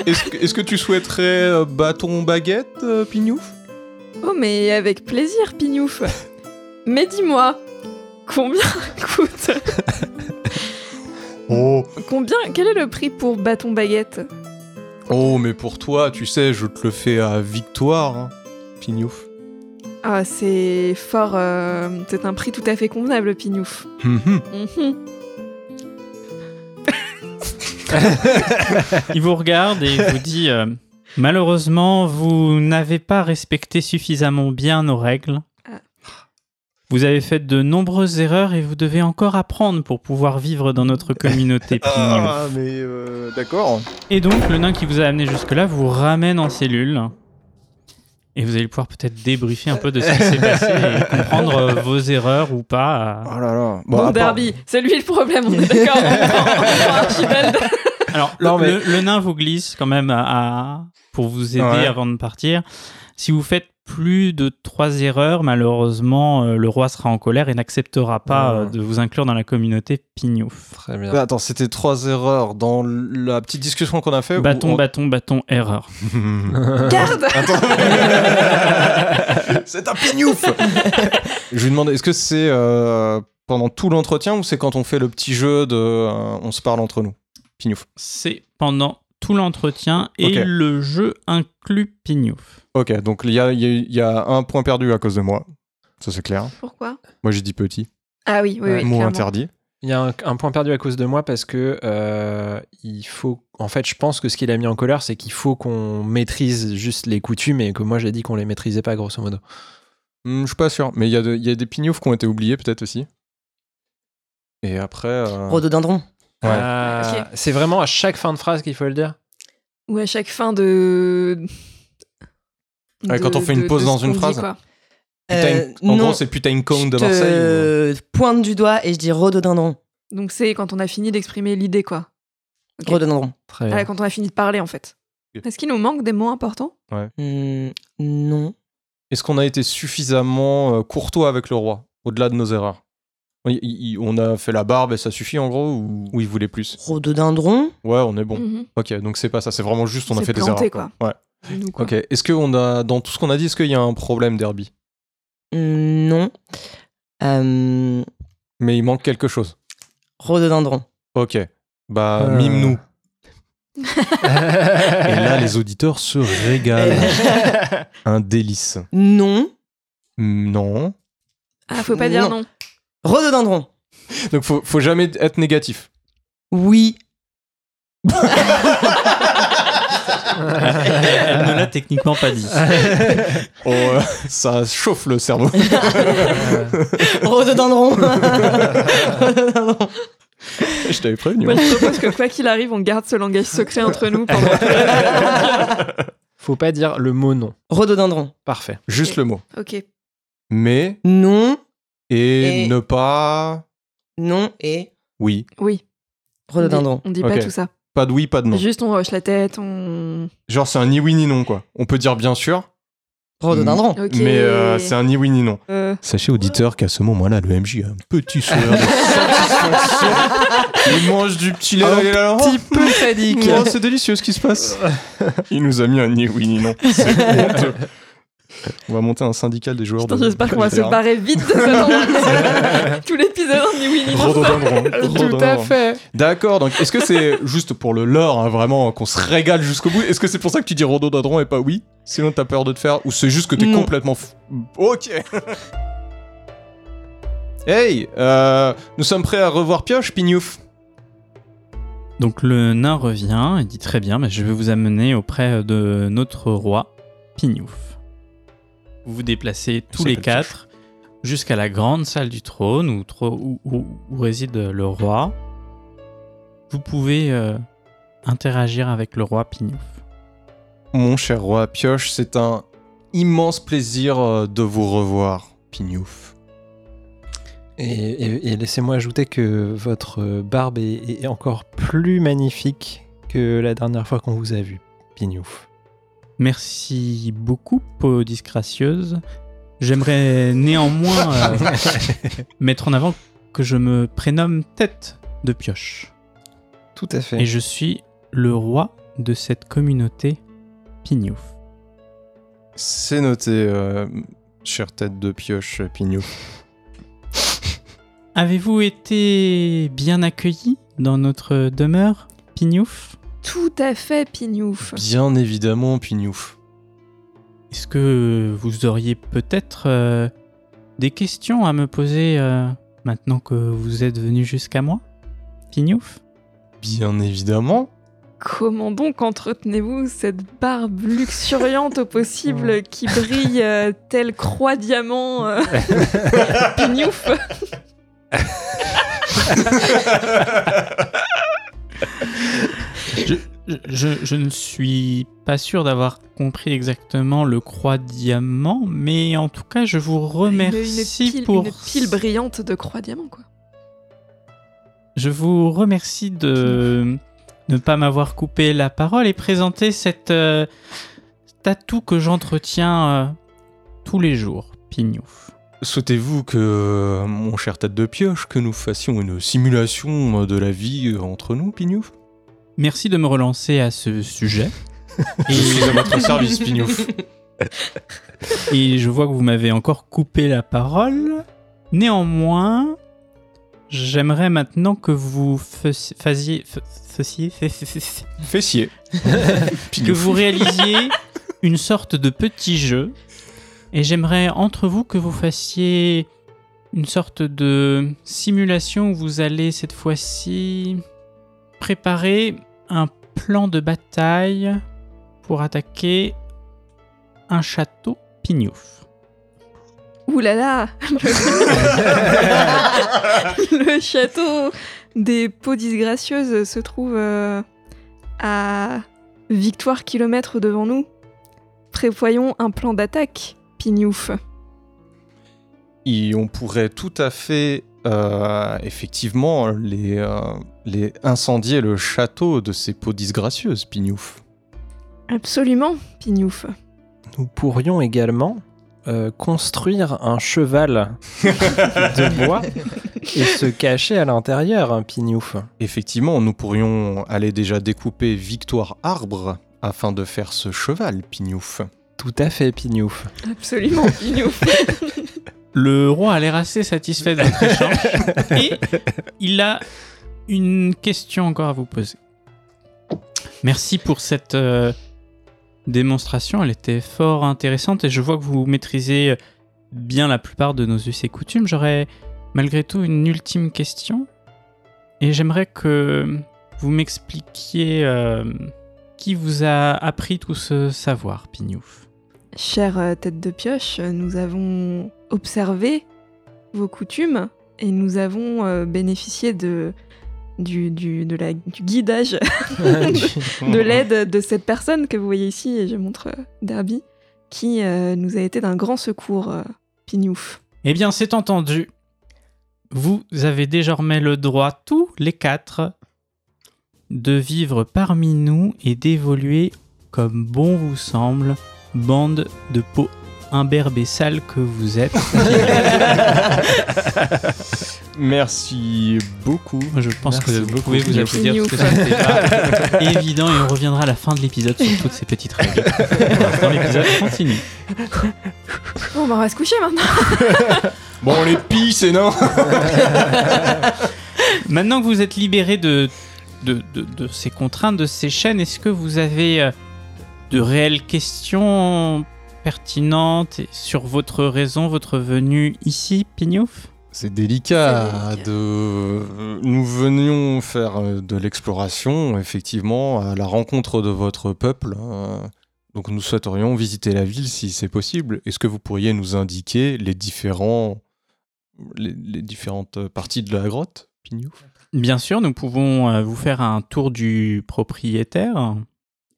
S3: Est-ce que, est-ce que tu souhaiterais euh, bâton baguette euh, Pignouf
S4: Oh, mais avec plaisir, Pignouf. Mais dis-moi, combien [LAUGHS] coûte
S3: Oh
S4: Combien Quel est le prix pour bâton baguette
S3: Oh, mais pour toi, tu sais, je te le fais à victoire, hein, Pignouf.
S4: Ah, c'est fort. euh, c'est un prix tout à fait convenable, Pignouf.
S3: Hum,
S4: Mhm.
S1: Il vous regarde et il vous dit euh, Malheureusement, vous n'avez pas respecté suffisamment bien nos règles.
S4: Ah.
S1: Vous avez fait de nombreuses erreurs et vous devez encore apprendre pour pouvoir vivre dans notre communauté. Pignouf.
S3: mais d'accord.
S1: Et donc, le nain qui vous a amené jusque-là vous ramène en cellule. Et vous allez pouvoir peut-être débriefer un peu de ce qui s'est passé et comprendre euh, vos erreurs ou pas. euh,
S3: Oh là là.
S4: Bon, Derby, c'est lui le problème,
S3: [LAUGHS]
S4: on est d'accord. on prend- on prend Archibald.
S1: Alors, le-
S5: Non, mais-
S1: le, le nain vous glisse quand même à, à- pour vous aider
S3: Ouais.
S1: avant de partir. Si vous faites plus de trois erreurs, malheureusement, euh, le roi sera en colère et n'acceptera pas
S5: Ouais.
S1: euh, de vous inclure dans la communauté Pignouf.
S5: Très bien.
S3: Bah, attends, c'était trois erreurs dans la petite discussion qu'on a fait. Hum,
S1: Bâton, bâton, bâton, erreur.
S3: [LAUGHS]
S4: Garde
S3: c'est un Pignouf. je lui demande, est-ce que c'est euh, pendant tout l'entretien ou c'est quand on fait le petit jeu de, euh, on se parle entre nous, Pignouf.
S1: C'est pendant tout l'entretien et
S3: Ok.
S1: le jeu inclut Pignouf.
S3: Ok, donc il y a, il y a- il y a un point perdu à cause de moi. Ça c'est clair.
S4: Pourquoi
S3: Moi j'ai dit petit.
S4: Ah oui, oui, oui.
S3: Mot
S4: clairement.
S3: interdit.
S5: Il y a un, un point perdu à cause de moi parce que euh, il faut. En fait, je pense que ce qu'il a mis en colère, c'est qu'il faut qu'on maîtrise juste les coutumes et que moi j'ai dit qu'on les maîtrisait pas, grosso modo.
S3: Hmm, je suis pas sûr, mais il y, a de- il y a des pignoufs qui ont été oubliés peut-être aussi. Et après. euh,
S2: Rhododendron.
S3: Ouais.
S5: Ah,
S4: Ok.
S5: C'est vraiment à chaque fin de phrase qu'il faut le dire.
S4: Ou à chaque fin de.
S3: Ouais, quand on fait une pause
S4: de
S3: dans
S4: ce
S3: une
S4: qu'on dit,
S3: phrase.
S4: quoi.
S3: putain,
S2: Euh,
S3: en
S2: non.
S3: gros, c'est putain con de
S2: Je
S3: Marseille.
S2: te pointe du doigt et je dis rhododendron.
S4: Donc c'est quand on a fini d'exprimer l'idée, quoi. Ok.
S2: Rhododendron.
S5: Très
S4: Ah,
S5: bien.
S4: quand on a fini de parler, en fait.
S3: Ok.
S4: Est-ce qu'il nous manque des mots importants
S2: Hmm, non.
S3: Est-ce qu'on a été suffisamment euh, courtois avec le roi, au-delà de nos erreurs on, il- il- on a fait la barbe et ça suffit en gros ou, ou il voulait plus
S2: Rhododendron.
S3: Ouais, on est
S2: Hmm.
S3: bon.
S4: Mhm.
S3: Ok, donc c'est pas ça, c'est vraiment juste on a
S4: C'est
S3: fait des
S4: planté,
S3: erreurs.
S4: quoi.
S3: Ouais.
S4: Nous, quoi.
S3: Ok, est-ce que on a, dans tout ce qu'on a dit, est-ce qu'il y a un problème derby
S2: Hmm, non. Euh,
S3: Mais il manque quelque chose.
S2: rhododendron.
S3: Ok, bah
S5: Euh.
S3: mime-nous. [LAUGHS] Et
S5: Et
S3: [LAUGHS] là, les auditeurs se régalent. Un délice.
S2: Non.
S3: Non.
S4: Ah, faut pas dire
S2: Non.
S4: non.
S2: Rhododendron.
S3: Donc faut, faut jamais être négatif.
S2: Oui. [COUGHS]
S1: Elle ne l'a techniquement pas dit.
S3: Oh, euh, [LAUGHS] ça chauffe le cerveau.
S5: Euh,
S2: Rhododendron. Rhododendron.
S3: [LAUGHS] Je t'avais prévenu. hein.
S4: Moi, je propose que quoi qu'il arrive, on garde ce langage secret entre nous pendant tout le-
S5: Faut pas dire le mot non.
S2: Rhododendron.
S5: Parfait.
S3: Juste le mot.
S4: [LAUGHS] Ok.
S3: Mais
S2: Non,
S3: et,
S2: Et-
S3: ne pas.
S2: non et
S3: Oui.
S4: Oui.
S2: rhododendron.
S4: On dit
S3: Ok.
S4: pas tout ça.
S3: Pas de oui, pas de non.
S4: Juste, on hoche la tête, on.
S3: Genre c'est un ni oui ni non quoi. On peut dire bien sûr,
S2: Rhododendron.
S4: Ok.
S3: mais euh, c'est un ni oui ni non. [LAUGHS]
S4: Euh,
S3: Sachez auditeurs qu'à ce moment-là, le MJ a un petit [LAUGHS] sourire de satisfaction. Il mange du petit lait.
S5: Un
S3: il est là, oh,
S5: Petit peu sadique.
S3: oh, c'est délicieux ce qui se passe. [LAUGHS] Il nous a mis un ni oui ni non. [LAUGHS] C'est honteux. On va monter un syndical des joueurs
S4: Putain,
S3: de.
S4: j'espère qu'on va se
S3: littéraire.
S4: barrer vite de
S3: [LAUGHS]
S4: ce temps. [LAUGHS] Tout l'épisode, on dit oui, ni non.
S3: Rhododendron.
S5: Tout à
S3: Rhododendron.
S5: fait.
S3: D'accord, donc est-ce que c'est juste pour le lore, hein, vraiment, qu'on se régale jusqu'au bout Est-ce que c'est pour ça que tu dis rhododendron et pas oui Sinon t'as peur de te faire Ou c'est juste que t'es
S2: Non.
S3: complètement fou Ok [LAUGHS] Hey euh, Nous sommes prêts à revoir Pioche, Pignouf
S1: Donc le nain revient et dit très bien, mais je vais vous amener auprès de notre roi, Pignouf. Vous vous déplacez tous
S3: C'est
S1: les
S3: pas le
S1: quatre jusqu'à la grande salle du trône où, tro- où- où- où réside le roi. Vous pouvez euh, interagir avec le roi Pignouf.
S3: Mon cher roi Pioche, c'est un immense plaisir euh, de vous revoir, Pignouf.
S5: Et, et- et laissez-moi ajouter que votre euh, barbe est, est encore plus magnifique que la dernière fois qu'on vous a vu, Pignouf.
S1: Merci beaucoup, peau disgracieuse. J'aimerais néanmoins euh,
S5: [LAUGHS]
S1: mettre en avant que je me prénomme Tête de Pioche.
S5: [LAUGHS] Tout à fait.
S1: Et je suis le roi de cette communauté Pignouf.
S3: C'est noté, euh, chère tête de Pioche, Pignouf.
S1: Avez-vous été bien accueilli dans notre demeure, Pignouf
S4: Tout à fait,
S3: [LAUGHS]
S4: Pignouf.
S3: Bien évidemment, Pignouf.
S1: Est-ce que vous auriez peut-être euh, des questions à me poser euh, maintenant que vous êtes venu jusqu'à moi, Pignouf
S3: Bien évidemment.
S4: Comment donc entretenez-vous cette barbe luxuriante au possible qui brille euh, telle croix
S3: [LAUGHS]
S4: diamant euh, Pignouf
S3: Oh,
S1: je, je- je ne suis pas sûr d'avoir compris exactement le croix-diamant, mais en tout cas, je vous remercie
S4: une, une pile,
S1: pour
S4: une pile brillante de croix diamant, quoi.
S1: Je vous remercie de ne pas m'avoir coupé la parole et présenter cette, euh, cet atout que j'entretiens euh, tous les jours, Pignouf.
S3: Souhaitez-vous que, euh, mon cher tête de pioche, que nous fassions une simulation euh, de la vie euh, entre nous, Pignouf
S1: Merci de me relancer à ce sujet.
S3: [LAUGHS] Je suis à votre service, Pignouf.
S1: Et je vois que vous m'avez encore coupé la parole. Néanmoins, j'aimerais maintenant que vous faissiez- faisiez, fa- faisiez- fa- fa- fa- fa-
S3: [LAUGHS] Fessier.
S1: que
S3: Pignouf.
S1: vous réalisiez une sorte de petit jeu. Et j'aimerais entre vous que vous fassiez une sorte de simulation où vous allez cette fois-ci préparer un plan de bataille pour attaquer un château pignouf.
S4: Ouh là là [LAUGHS] le... le château des peaux disgracieuses se trouve euh, à victoire kilomètre devant nous. Prévoyons un plan d'attaque, Pignouf.
S3: Et on pourrait tout à fait, euh, effectivement, les, euh, les incendier le château de ces peaux disgracieuses, Pignouf.
S4: Absolument, Pignouf.
S5: Nous pourrions également euh, construire un cheval de bois et se cacher à l'intérieur, hein, Pignouf.
S3: Effectivement, nous pourrions aller déjà découper Victoire Arbre afin de faire ce cheval, Pignouf.
S5: Tout à fait, Pignouf.
S4: Absolument, Pignouf.
S1: Le roi a l'air assez satisfait de votre échange et il a une question encore à vous poser. Merci pour cette euh, démonstration, elle était fort intéressante et je vois que vous maîtrisez bien la plupart de nos us et coutumes, j'aurais malgré tout une ultime question. Et j'aimerais que vous m'expliquiez euh, qui vous a appris tout ce savoir, Pignouf.
S4: Chère euh, tête de pioche, euh, nous avons observé vos coutumes et nous avons euh, bénéficié de, du, du- de la, du guidage, de l'aide de cette personne que vous voyez ici, et je montre euh, Derby, qui euh, nous a été d'un grand secours, euh, Pignouf.
S1: Eh bien, c'est entendu. Vous avez désormais le droit, tous les quatre, de vivre parmi nous et d'évoluer comme bon vous semble, bande de peaux imberbes et sales que vous
S5: [LAUGHS]
S1: êtes.
S3: Merci beaucoup.
S1: Je pense
S5: Merci
S1: que vous
S5: beaucoup,
S1: pouvez vous
S5: Pignouf.
S1: applaudir parce que ça c'était pas
S5: [LAUGHS]
S1: évident et on reviendra à la fin de l'épisode sur toutes ces petites règles. Dans l'épisode continue.
S4: Bon, bah, on va se coucher maintenant.
S3: Bon, on les pille, c'est non
S1: Maintenant que vous êtes libéré de, de, de- de ces contraintes, de ces chaînes, est-ce que vous avez euh, de réelles questions pertinentes sur votre raison, votre venue ici, Pignouf
S3: C'est délicat,
S2: C'est délicat.
S3: de. Nous venions faire euh, de l'exploration, effectivement, à la rencontre de votre peuple. euh, Donc nous souhaiterions visiter la ville si c'est possible. Est-ce que vous pourriez nous indiquer les différents. les, les différentes euh, parties de la grotte Pignouf
S1: Bien sûr, nous pouvons euh, vous faire un tour du propriétaire.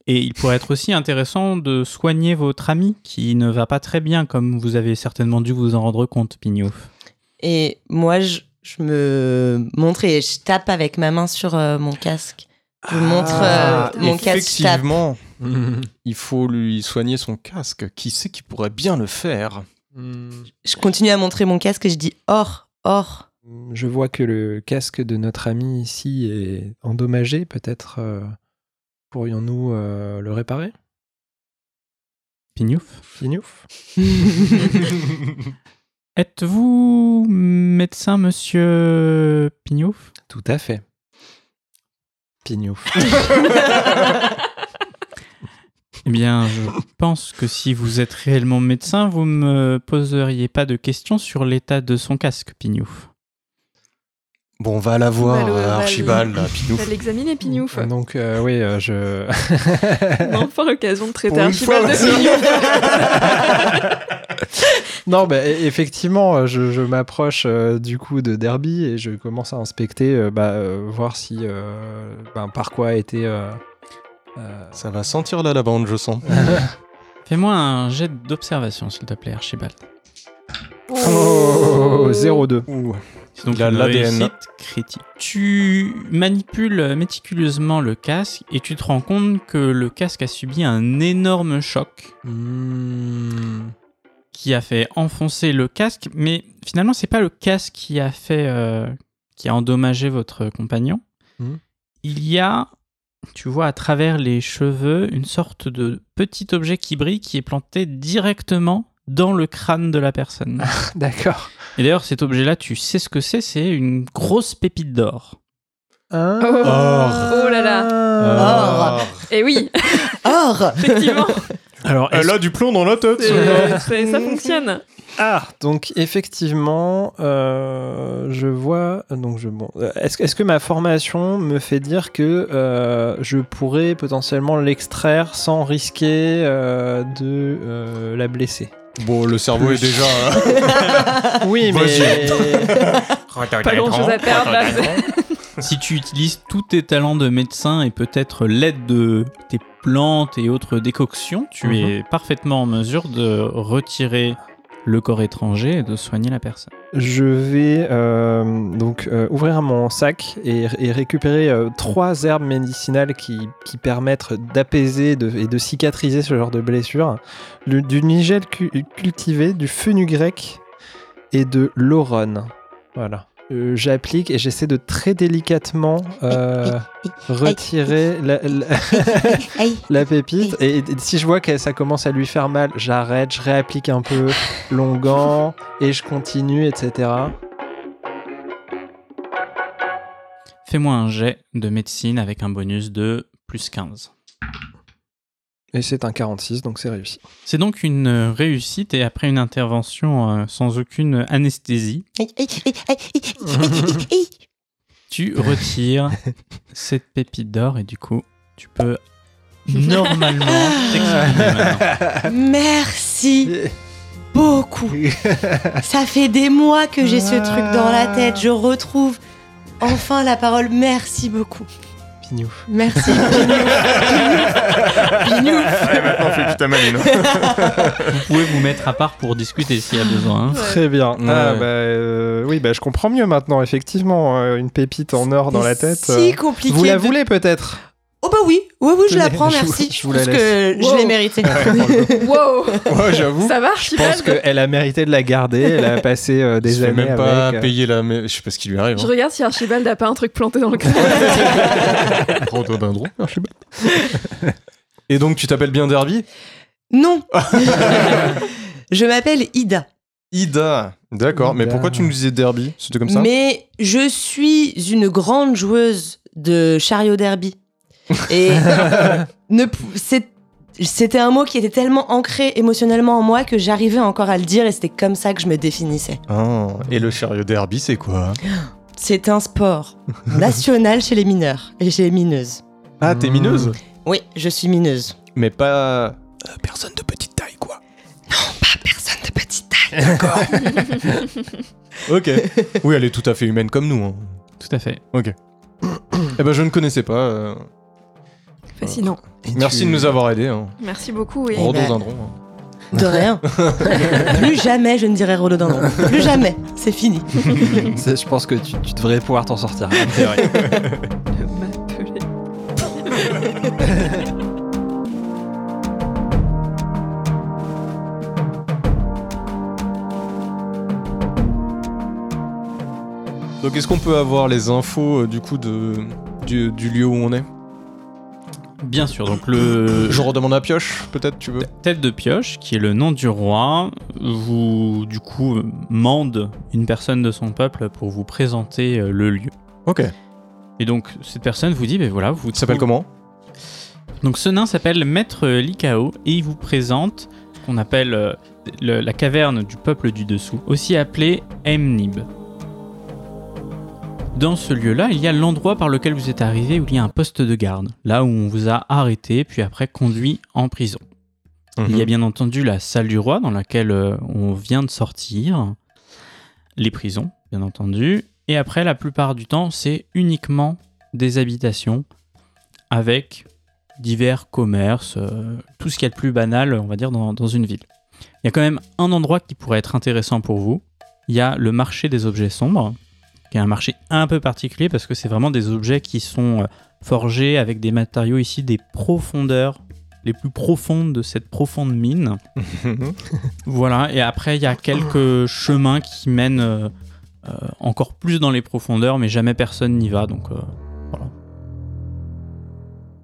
S1: Et il pourrait être aussi intéressant de soigner votre ami qui ne va pas très bien, comme vous avez certainement dû vous en rendre compte, Pignouf.
S2: Et moi, je, je me montre et je tape avec ma main sur euh, mon casque. Je vous montre
S4: Ah,
S2: euh, mon casque. je tape. [LAUGHS]
S3: Effectivement,
S5: Mhm.
S3: il faut lui soigner son casque. Qui c'est qui pourrait bien le faire
S5: Mhm.
S2: Je continue à montrer mon casque et je dis or, or.
S5: Je vois que le casque de notre ami ici est endommagé. Peut-être euh, pourrions-nous euh, le réparer
S1: Pignouf
S5: Pignouf
S1: Êtes-vous médecin, monsieur Pignouf
S5: Tout à fait. Pignouf.
S1: Eh bien, je pense que si vous êtes réellement médecin, vous me poseriez pas de questions sur l'état de son casque, Pignouf.
S3: Bon, on va la voir, euh,
S4: le- on va le-
S3: Archibald, là,
S4: On
S3: Pignouf.
S4: va l'examiner, Pignouf.
S5: Donc, euh, oui, euh, je.
S4: [LAUGHS] Non, pas l'occasion de traiter
S3: Pour une
S4: Archibald
S3: fois,
S4: de Pignouf.
S5: [LAUGHS] Non, bah, e- effectivement, euh, je, je m'approche euh, du coup de Derby et je commence à inspecter, euh, bah, euh, voir si euh, ben, par quoi a été. euh, euh,
S3: Ça va sentir la lavande, je sens.
S1: Fais-moi un jet d'observation, s'il te plaît, Archibald.
S5: [LAUGHS] Oh, 02.
S3: Ouh.
S1: C'est donc
S3: Il a
S1: une
S3: l'ADN.
S1: réussite critique. Tu manipules méticuleusement le casque et tu te rends compte que le casque a subi un énorme choc
S3: Hmm.
S1: qui a fait enfoncer le casque, mais finalement c'est pas le casque qui a fait euh, qui a endommagé votre compagnon.
S3: Hmm.
S5: Mhm.
S1: Il y a tu vois à travers les cheveux une sorte de petit objet qui brille qui est planté directement dans le crâne de la personne.
S5: D'accord.
S1: Et d'ailleurs cet objet-là, tu sais ce que c'est, c'est une grosse pépite d'or.
S5: Hein
S4: Oh.
S3: Or.
S4: Oh là là.
S2: Or.
S4: [LAUGHS] Et oui,
S3: [LAUGHS]
S2: Or
S4: effectivement, Oh.
S5: Alors, est-ce
S3: Ah, Elle a du plomb dans la tête.
S4: [LAUGHS] c'est- euh, c'est- ça fonctionne.
S5: Ah, donc effectivement, euh, je vois. Donc je bon. euh, Est-ce que- est-ce que ma formation me fait dire que euh, je pourrais potentiellement l'extraire sans risquer euh, de euh, la blesser
S3: Bon, le cerveau est [LAUGHS] déjà.
S5: Oui, mais [LAUGHS]
S4: Pas grand chose à perdre là. c'est-
S1: Si tu utilises tous tes talents de médecin et peut-être l'aide de tes plantes et autres décoctions, tu
S5: Mhm.
S1: es parfaitement en mesure de retirer le corps étranger et de soigner la personne.
S5: je vais euh, donc euh, ouvrir mon sac et, et récupérer euh, trois herbes médicinales qui, qui permettent d'apaiser de- et de cicatriser ce genre de blessure. Le- du nigel cu- cultivé, du fenugrec et de l'oron. Voilà. Euh, J'applique et j'essaie de très délicatement euh, retirer la, la-
S2: Aïe.
S5: [LAUGHS] la pépite. Et, et si je vois que ça commence à lui faire mal, j'arrête, je réapplique un peu long gant et je continue, etc.
S1: Fais-moi un jet de médecine avec un bonus de plus 15.
S5: Et c'est un 46, donc c'est réussi.
S1: C'est donc une euh, réussite et après une intervention euh, sans aucune anesthésie, tu retires cette pépite d'or et du coup, tu peux normalement t'exprimer maintenant.
S2: Merci beaucoup. [LAUGHS] Ça fait des mois que j'ai ce truc dans la
S5: Ah.
S2: tête. Je retrouve enfin la parole. Merci beaucoup.
S5: Pignou.
S2: [LAUGHS] Merci. Pignouf. Pignouf.
S3: Allez, maintenant, fais plus ta maline.
S1: Vous pouvez vous mettre à part pour discuter s'il y a besoin. hein.
S5: Très bien.
S1: Ouais.
S5: Ah, bah, euh, oui, bah, je comprends mieux maintenant, effectivement. euh, une pépite en or dans la tête.
S2: Si
S5: euh,
S2: compliqué.
S5: vous la
S2: de-
S5: voulez peut-être
S2: Oh bah oui, oui, oui, je la
S5: Tenez,
S2: prends,
S5: je vous-
S2: merci.
S5: je vous la
S2: pense que
S4: laisse.
S2: je l'ai
S4: Wow.
S5: [LAUGHS]
S2: mérité.
S4: Wow
S3: [LAUGHS] Ouais, j'avoue.
S4: Ça marche,
S5: Je pense
S2: Ah,
S5: qu'elle a mérité de la garder. Elle a passé euh,
S3: Il se
S5: des
S3: fait
S5: années
S3: même pas
S5: avec. euh,
S3: payer la. mais- Je sais pas ce qui lui arrive.
S4: Je regarde si Archibald a pas un truc planté dans le crâne.
S3: hein. Prends-toi d'un drôle,
S5: Ah,
S3: je sais pas. Et donc, tu t'appelles bien Derby
S2: Non. [LAUGHS] je m'appelle Ida,
S3: Ida. D'accord, mais
S5: Ida.
S3: pourquoi tu nous disais Derby C'était comme ça
S2: mais je suis une grande joueuse de chariot
S3: [LAUGHS]
S2: derby. Et ne pou- c'est- c'était un mot qui était tellement ancré émotionnellement en moi que j'arrivais encore à le dire et c'était comme ça que je me définissais.
S3: Ah, Et le chariot Derby, c'est quoi
S2: C'est un
S3: [LAUGHS]
S2: sport national chez les mineurs et chez les mineuses.
S3: Ah, t'es
S5: Mmh.
S3: mineuse
S2: Oui, je suis mineuse.
S3: Mais pas. euh, personne de petite taille, quoi.
S2: Pas personne de petite taille.
S3: Ok. oui, elle est tout à fait humaine comme nous. hein.
S1: Tout à fait.
S3: Eh ben, je ne connaissais pas. euh,
S4: Fascinant.
S5: et
S3: Merci
S5: tu-
S3: de nous avoir aidés. Hein.
S4: Merci beaucoup. Et...
S2: Oh. ben-
S3: Rhododendron. hein. [LAUGHS]
S2: De rien. Plus jamais je ne dirai rhododendron. Plus jamais. C'est fini.
S5: C'est- Je pense que tu, tu devrais pouvoir t'en sortir.
S4: M'appeler.
S3: Donc, est-ce qu'on peut avoir les infos euh, du coup de, du, du lieu où on est
S1: Bien sûr, donc le
S3: Je redemande à pioche, peut-être, tu veux
S1: Tête de pioche, qui est le nom du roi, vous du coup euh, mande une personne de son peuple pour vous présenter euh, le lieu.
S3: Ok.
S1: Et donc cette personne vous dit, ben voilà, vous.
S3: Il s'appelle comment
S1: Donc ce nain s'appelle Maître Likao et il vous présente ce qu'on appelle euh, le- la caverne du peuple du dessous, aussi appelée Mnib. Dans ce lieu-là, il y a l'endroit par lequel vous êtes arrivé où il y a un poste de garde, là où on vous a arrêté puis après conduit en prison. Il
S3: Mhm.
S1: y a bien entendu la salle du roi dans laquelle euh, on vient de sortir, les prisons, bien entendu, et après la plupart du temps c'est uniquement des habitations avec divers commerces, euh, tout ce qu'il y a de plus banal, on va dire, dans, dans une ville. Il y a quand même un endroit qui pourrait être intéressant pour vous. Il y a le marché des objets sombres, qui est un marché un peu particulier parce que c'est vraiment des objets qui sont euh, forgés avec des matériaux ici des profondeurs les plus profondes de cette profonde
S3: [LAUGHS]
S1: mine.
S3: Mhm.
S1: Voilà, et après, il y a quelques chemins qui mènent euh, euh, encore plus dans les profondeurs, mais jamais personne n'y va, donc... euh,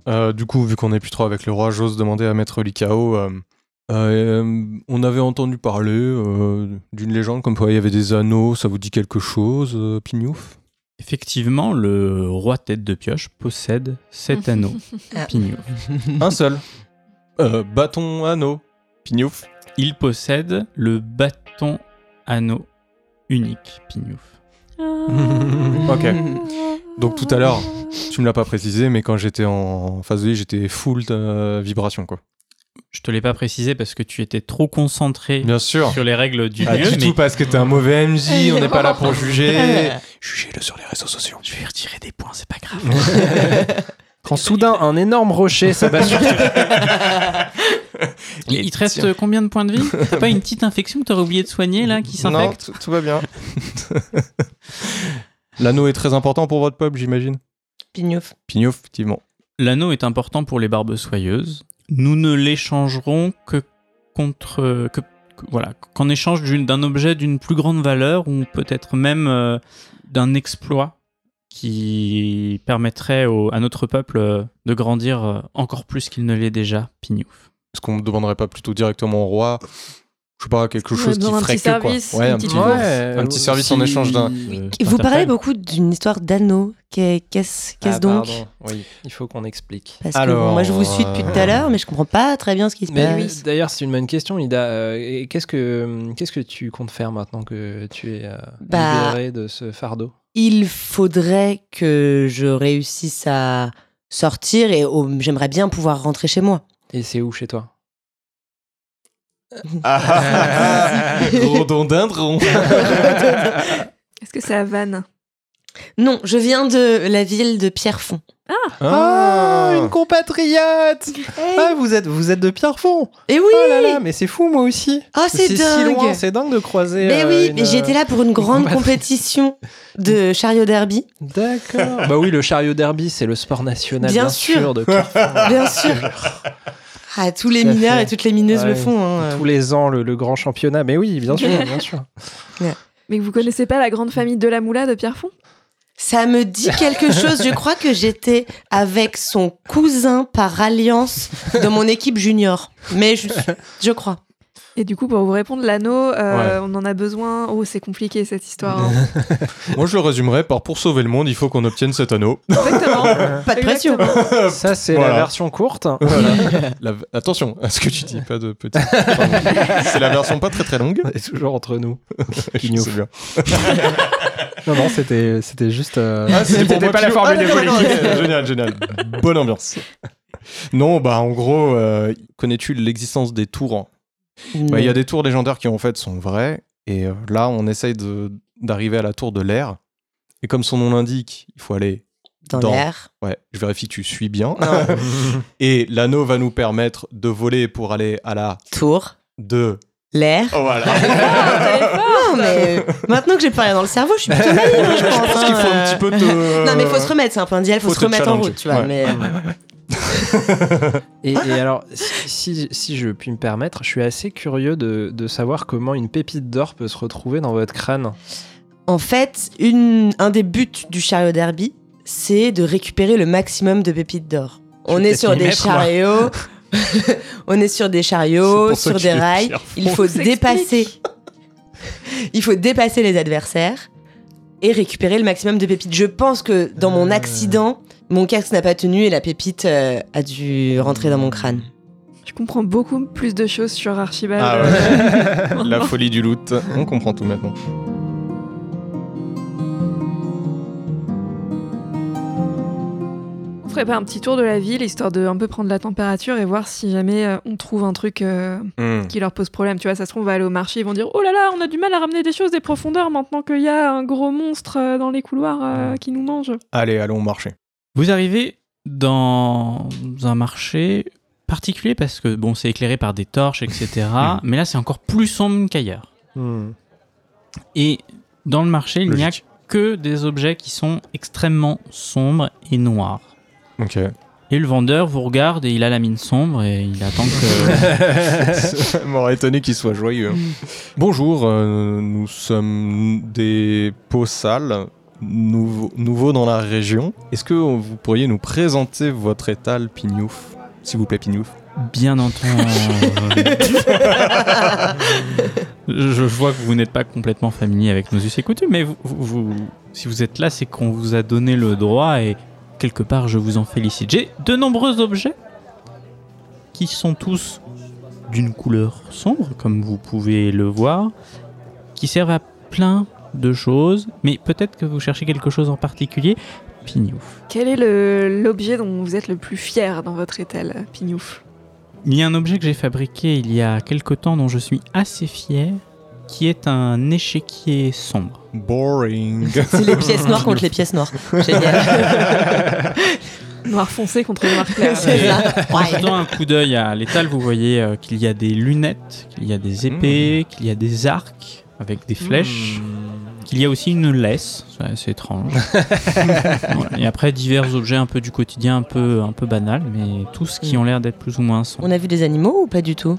S3: Euh, du coup, vu qu'on n'est plus trop avec le roi, j'ose demander à Maître Likao. euh, euh, on avait entendu parler euh, d'une légende comme quoi il y avait des anneaux, ça vous dit quelque chose, euh, Pignouf
S1: Effectivement, le roi tête de pioche possède
S3: [LAUGHS]
S1: cet anneau, Pignou.
S3: Un seul. Euh, bâton, anneau, Pignouf.
S1: Il possède le bâton anneau unique, Pignouf.
S3: Ok. Donc, tout à l'heure. Tu me l'as pas précisé, mais quand j'étais en phase de lit, j'étais full de vibration, quoi.
S1: Je te l'ai pas précisé parce que tu étais trop concentré
S3: Bien sûr.
S1: sur les règles du
S3: Ah,
S1: lieu,
S3: du
S1: mais
S3: tout parce que t'es un mauvais MJ, on n'est pas là pour juger. Jugez-le sur les réseaux sociaux.
S1: je vais retirer des points, c'est pas grave.
S3: [LAUGHS]
S5: Quand soudain un énorme [LAUGHS] rocher s'abat sur
S1: Il, il te reste combien de points de vie T'as pas une petite infection que t'aurais oublié de soigner là qui
S3: Non,
S1: s'infecte
S3: tout tout va bien. L'anneau est très important pour votre peuple, j'imagine.
S2: Pignouf.
S3: Pignouf, effectivement.
S1: L'anneau est important pour les barbes soyeuses. Nous ne l'échangerons que contre que, que- voilà qu'en échange d'une- d'un objet d'une plus grande valeur ou peut-être même euh, d'un exploit qui permettrait au- à notre peuple euh, de grandir euh, encore plus qu'il ne l'est déjà. Pignouf.
S3: Est-ce qu'on ne demanderait pas plutôt directement au roi je sais pas, quelque
S4: Ouais,
S3: chose qui
S4: dans un
S3: ferait
S4: petit
S3: que quoi.
S4: service,
S3: Ouais,
S4: une
S3: un
S4: petite
S3: petit,
S4: bourse.
S3: un petit service en échange d'un.
S2: Vous parlez beaucoup d'une histoire d'anneau. Qu'est- Qu'est-ce qu'est-ce
S5: Ah,
S2: donc
S5: pardon. Oui, il faut qu'on explique.
S2: Parce que
S3: Alors,
S2: bon, moi, je vous suis depuis tout à l'heure, mais je comprends pas très bien ce qui se
S5: Mais
S2: passe.
S5: oui, d'ailleurs, c'est une bonne question, Ida. Euh, et qu'est-ce que qu'est-ce que tu comptes faire maintenant que tu es euh,
S2: Bah,
S5: libérée de ce fardeau
S2: Il faudrait que je réussisse à sortir et oh, j'aimerais bien pouvoir rentrer chez moi.
S5: Et c'est où chez toi
S3: Ah,
S5: [LAUGHS]
S3: ah, ah, rhododendron.
S4: Est-ce que c'est à Vannes
S2: Non, je viens de la ville de Pierrefonds.
S5: Ah, une compatriote Ah, vous êtes vous êtes de Pierrefonds.
S2: Et Eh oui
S5: Oh là là, mais c'est fou, moi aussi.
S2: Oh, c'est
S5: si
S2: dingue
S5: loin, c'est dingue de croiser.
S2: Mais
S5: euh,
S2: oui,
S5: une,
S2: mais j'étais là pour une grande compétition de chariot derby.
S5: euh, D'accord. bah oui, le chariot derby, c'est le sport national, bien,
S2: Bien sûr.
S5: de [LAUGHS] Pierrefonds.
S2: Bien sûr. Ah, tous les
S5: Tout à
S2: mineurs
S5: fait.
S2: et toutes les mineuses
S5: Ouais.
S2: le font. hein.
S5: Tous les ans, le, le grand championnat. Mais oui, bien sûr,
S3: [LAUGHS]
S5: bien sûr.
S4: Mais vous connaissez pas la grande famille de la Moula de Pierrefonds
S2: Ça me dit
S3: [LAUGHS]
S2: quelque chose. Je crois que j'étais avec son cousin par alliance dans mon équipe junior. Mais je, je crois.
S4: Et du coup, pour vous répondre, l'anneau, euh,
S3: Ouais.
S4: on en a besoin. Oh, c'est compliqué cette histoire. hein.
S3: Moi, je le résumerais par pour sauver le monde, il faut qu'on obtienne cet [LAUGHS] anneau.
S4: Exactement.
S2: Pas de pression.
S4: Exactement.
S5: Ça, c'est
S3: Voilà.
S5: la version courte.
S3: La- Attention à ce que tu dis, pas de petit. [LAUGHS] Pardon. C'est la version pas très très longue.
S5: On est toujours entre nous.
S3: Je
S5: Ignof.
S3: sais bien.
S5: Non, non, c'était, c'était juste. euh,
S3: Ah, c'était pour
S5: c'était
S3: moi
S5: pas
S3: qui-
S5: la formule
S3: Ah, d'accord,
S5: évolutive.
S3: d'accord, ok, [LAUGHS] génial, génial. Bonne ambiance. Non, bah en gros, euh, connais-tu l'existence des tours Bah, Il y a des tours légendaires qui en fait sont vraies. Et euh, là, on essaye de- d'arriver à la tour de l'air. Et comme son nom l'indique, il faut aller.
S2: Dans
S3: dans-
S2: l'air.
S3: Ouais, je vérifie que tu suis bien. [LAUGHS] et l'anneau va nous permettre de voler pour aller à la
S2: Tour.
S3: de.
S2: L'air.
S3: Voilà.
S2: [LAUGHS] Non, mais maintenant que j'ai pas rien dans le cerveau, je suis plutôt naïve, hein, je pense.
S3: Je pense qu'il faut
S2: hein.
S3: un petit peu te.
S2: Non, mais faut se remettre, c'est un peu un dial, faut,
S3: Faut
S2: se
S3: te
S2: remettre en
S3: challenger.
S2: route, tu vois.
S3: Ouais.
S2: Mais... euh,
S5: Et, et alors, si, si, si je puis me permettre, je suis assez curieux de, de savoir comment une pépite d'or peut se retrouver dans votre crâne.
S2: En fait, une- un des buts du chariot derby, c'est de récupérer le maximum de pépites d'or.
S5: Je vais
S2: On est
S5: peut-être
S2: sur
S5: m'y
S2: des
S5: mettre, moi.
S2: chariots, on est sur des chariots,
S3: C'est
S2: sur
S3: pour ça
S2: des
S3: que je
S2: rails.
S3: tire
S2: Il faut
S4: s'explique.
S2: dépasser, [LAUGHS] il faut dépasser les adversaires et récupérer le maximum de pépites. Je pense que dans mon
S5: Euh.
S2: accident, mon casque n'a pas tenu et la pépite euh, a dû rentrer dans mon crâne.
S4: Je comprends beaucoup plus de choses sur Archibald.
S3: Ah [LAUGHS]
S4: Euh,
S3: La folie du loot. On comprend tout maintenant.
S4: On ferait pas un petit tour de la ville histoire de un peu prendre la température et voir si jamais euh, on trouve un truc euh,
S3: Hmm.
S4: qui leur pose problème. Tu vois, ça se trouve, on va aller au marché, ils vont dire Oh là là, on a du mal à ramener des choses des profondeurs maintenant qu'il y a un gros monstre euh, dans les couloirs euh, qui nous mange.
S3: Allez, allons marcher.
S1: Vous arrivez dans un marché particulier parce que bon, c'est éclairé par des torches, etc. mais là, c'est encore plus sombre qu'ailleurs.
S5: Hmm.
S1: Et dans le marché, il n'y a
S3: Logique.
S1: que des objets qui sont extrêmement sombres et noirs.
S3: Ok.
S1: Et le vendeur vous regarde et il a la mine sombre et il attend que.
S3: Ça [LAUGHS] m'aurait étonné qu'il soit joyeux. Bonjour, euh, nous sommes des peaux sales, nouveaux nouveaux dans la région. Est-ce que vous pourriez nous présenter votre étal Pignouf S'il vous plaît, Pignouf.
S1: Bien entendu. [LAUGHS] je, je vois que vous n'êtes pas complètement familier avec nos us et coutumes, mais vous, vous- vous- si vous êtes là, c'est qu'on vous a donné le droit et quelque part, je vous en félicite. J'ai de nombreux objets qui sont tous d'une couleur sombre, comme vous pouvez le voir, qui servent à plein de choses, mais peut-être que vous cherchez quelque chose en particulier. Pignouf.
S4: Quel est le- l'objet dont vous êtes le plus fier dans votre étal, Pignouf
S1: Il y a un objet que j'ai fabriqué il y a quelque temps dont je suis assez fier, qui est un échiquier sombre.
S3: [LAUGHS] Boring.
S2: C'est les pièces noires contre les pièces noires. Génial.
S4: Noir foncé contre noir clair.
S2: [LAUGHS] C'est ça.
S1: En
S2: Ah Ouais.
S1: jetant un coup d'œil à l'étal, vous voyez euh, qu'il y a des lunettes, qu'il y a des épées,
S2: Mmh.
S1: qu'il y a des arcs avec des flèches, qu'il y a aussi une laisse, ça, c'est
S2: [LAUGHS]
S1: étrange. Voilà. Et après divers objets un peu du quotidien, un peu un peu banal, mais tous qui ont l'air d'être plus ou moins sombres.
S2: Mmh. On a vu des animaux ou pas du tout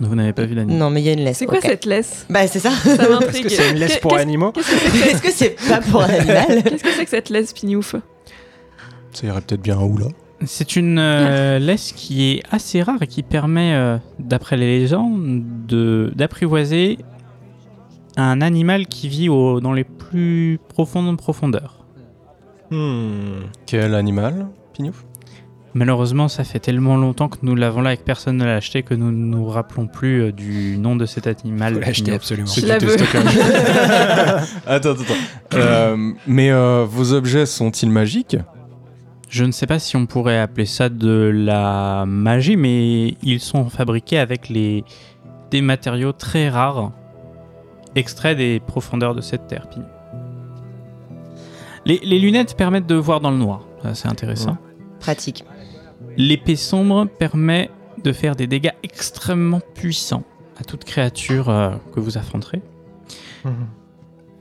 S1: Vous n'avez pas vu l'anime.
S2: Non, mais il y a une laisse.
S4: C'est quoi
S2: ok. [LAUGHS]
S4: cette laisse
S2: Bah, c'est ça.
S4: Ça
S5: Est-ce
S4: m'intrigue.
S5: que c'est une laisse
S4: Qu'est-
S5: pour
S4: qu'est-ce-
S5: animaux
S4: Qu'est-ce que c'est
S2: Est-ce que c'est pas pour un animal
S4: [LAUGHS] Qu'est-ce que c'est que cette laisse, Pignouf
S3: Ça irait peut-être bien un oula.
S1: C'est une euh, laisse qui est assez rare et qui permet, euh, d'après les légendes, de- d'apprivoiser un animal qui vit au- dans les plus profondes profondeurs.
S5: Hmm.
S3: Quel animal, Pignou
S1: Malheureusement, ça fait tellement longtemps que nous l'avons là et que personne ne l'a acheté que nous ne nous rappelons plus euh, du nom de cet animal.
S5: Faut l'acheter
S1: Pignon.
S5: absolument.
S4: Je la
S3: du
S4: veux. [LAUGHS]
S3: déstockage. attends, attends. attends. Euh, mais euh, vos objets sont-ils magiques
S1: Je ne sais pas si on pourrait appeler ça de la magie, mais ils sont fabriqués avec les... des matériaux très rares, extraits des profondeurs de cette terre. Pignon. Les, les lunettes permettent de voir dans le noir, Ça, c'est intéressant.
S2: Pratique.
S1: L'épée sombre permet de faire des dégâts extrêmement puissants à toute créature euh, que vous affronterez.
S5: Mhm.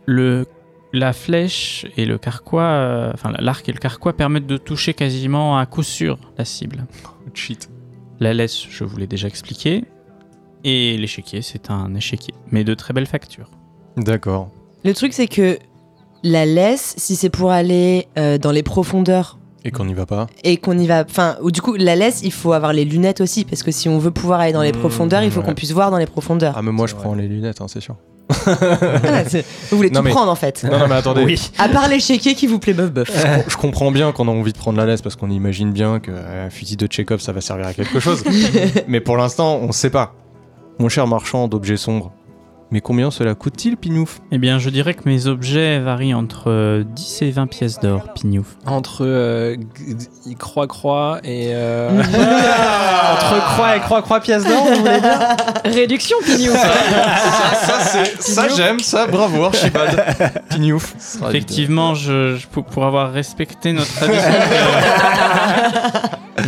S1: le, la flèche et le carquois, euh, enfin l'arc et le carquois permettent de toucher quasiment à coup sûr la cible.
S3: Cheat.
S1: La laisse, je vous l'ai déjà expliqué. Et l'échiquier, c'est un échiquier, mais de très belle facture.
S3: D'accord.
S2: Le truc, c'est que la laisse, si c'est pour aller euh, dans les profondeurs
S3: Et qu'on n'y va pas
S2: et qu'on y va. Enfin, ou du coup, la laisse, il faut avoir les lunettes aussi, parce que si on veut pouvoir aller dans les
S3: Mmh,
S2: profondeurs, il faut
S3: ouais.
S2: qu'on puisse voir dans les profondeurs.
S3: Ah, mais moi
S5: C'est
S3: je prends les lunettes, hein, c'est sûr.
S2: Ah, [LAUGHS] c'est- vous voulez
S3: Non,
S2: tout
S3: mais-
S2: prendre en fait.
S3: Non, non, mais attendez.
S5: Oui.
S2: À part l'échiquier qui vous plaît, meuf, boeuf.
S3: Je com- Je comprends bien qu'on a envie de prendre la laisse parce qu'on imagine bien qu'un fusil de Chekhov ça va servir à quelque chose. mais pour l'instant, on sait pas. Mon cher marchand d'objets sombres, mais combien cela coûte-t-il, Pignouf
S1: Eh bien, je dirais que mes objets varient entre euh, 10 et 20 pièces d'or, pignouf.
S5: Entre euh, g- g- croix-croix et. [LAUGHS] euh, Entre croix et croix-croix pièce d'or, vous voulez dire
S4: Réduction,
S2: [LAUGHS]
S4: Pignou
S3: Ah, Ça, [LAUGHS] c'est- ça, j'aime, ça, bravo, Archibald. [LAUGHS] Pignouf.
S1: Effectivement, je, je- pour, pour avoir respecté notre tradition, euh,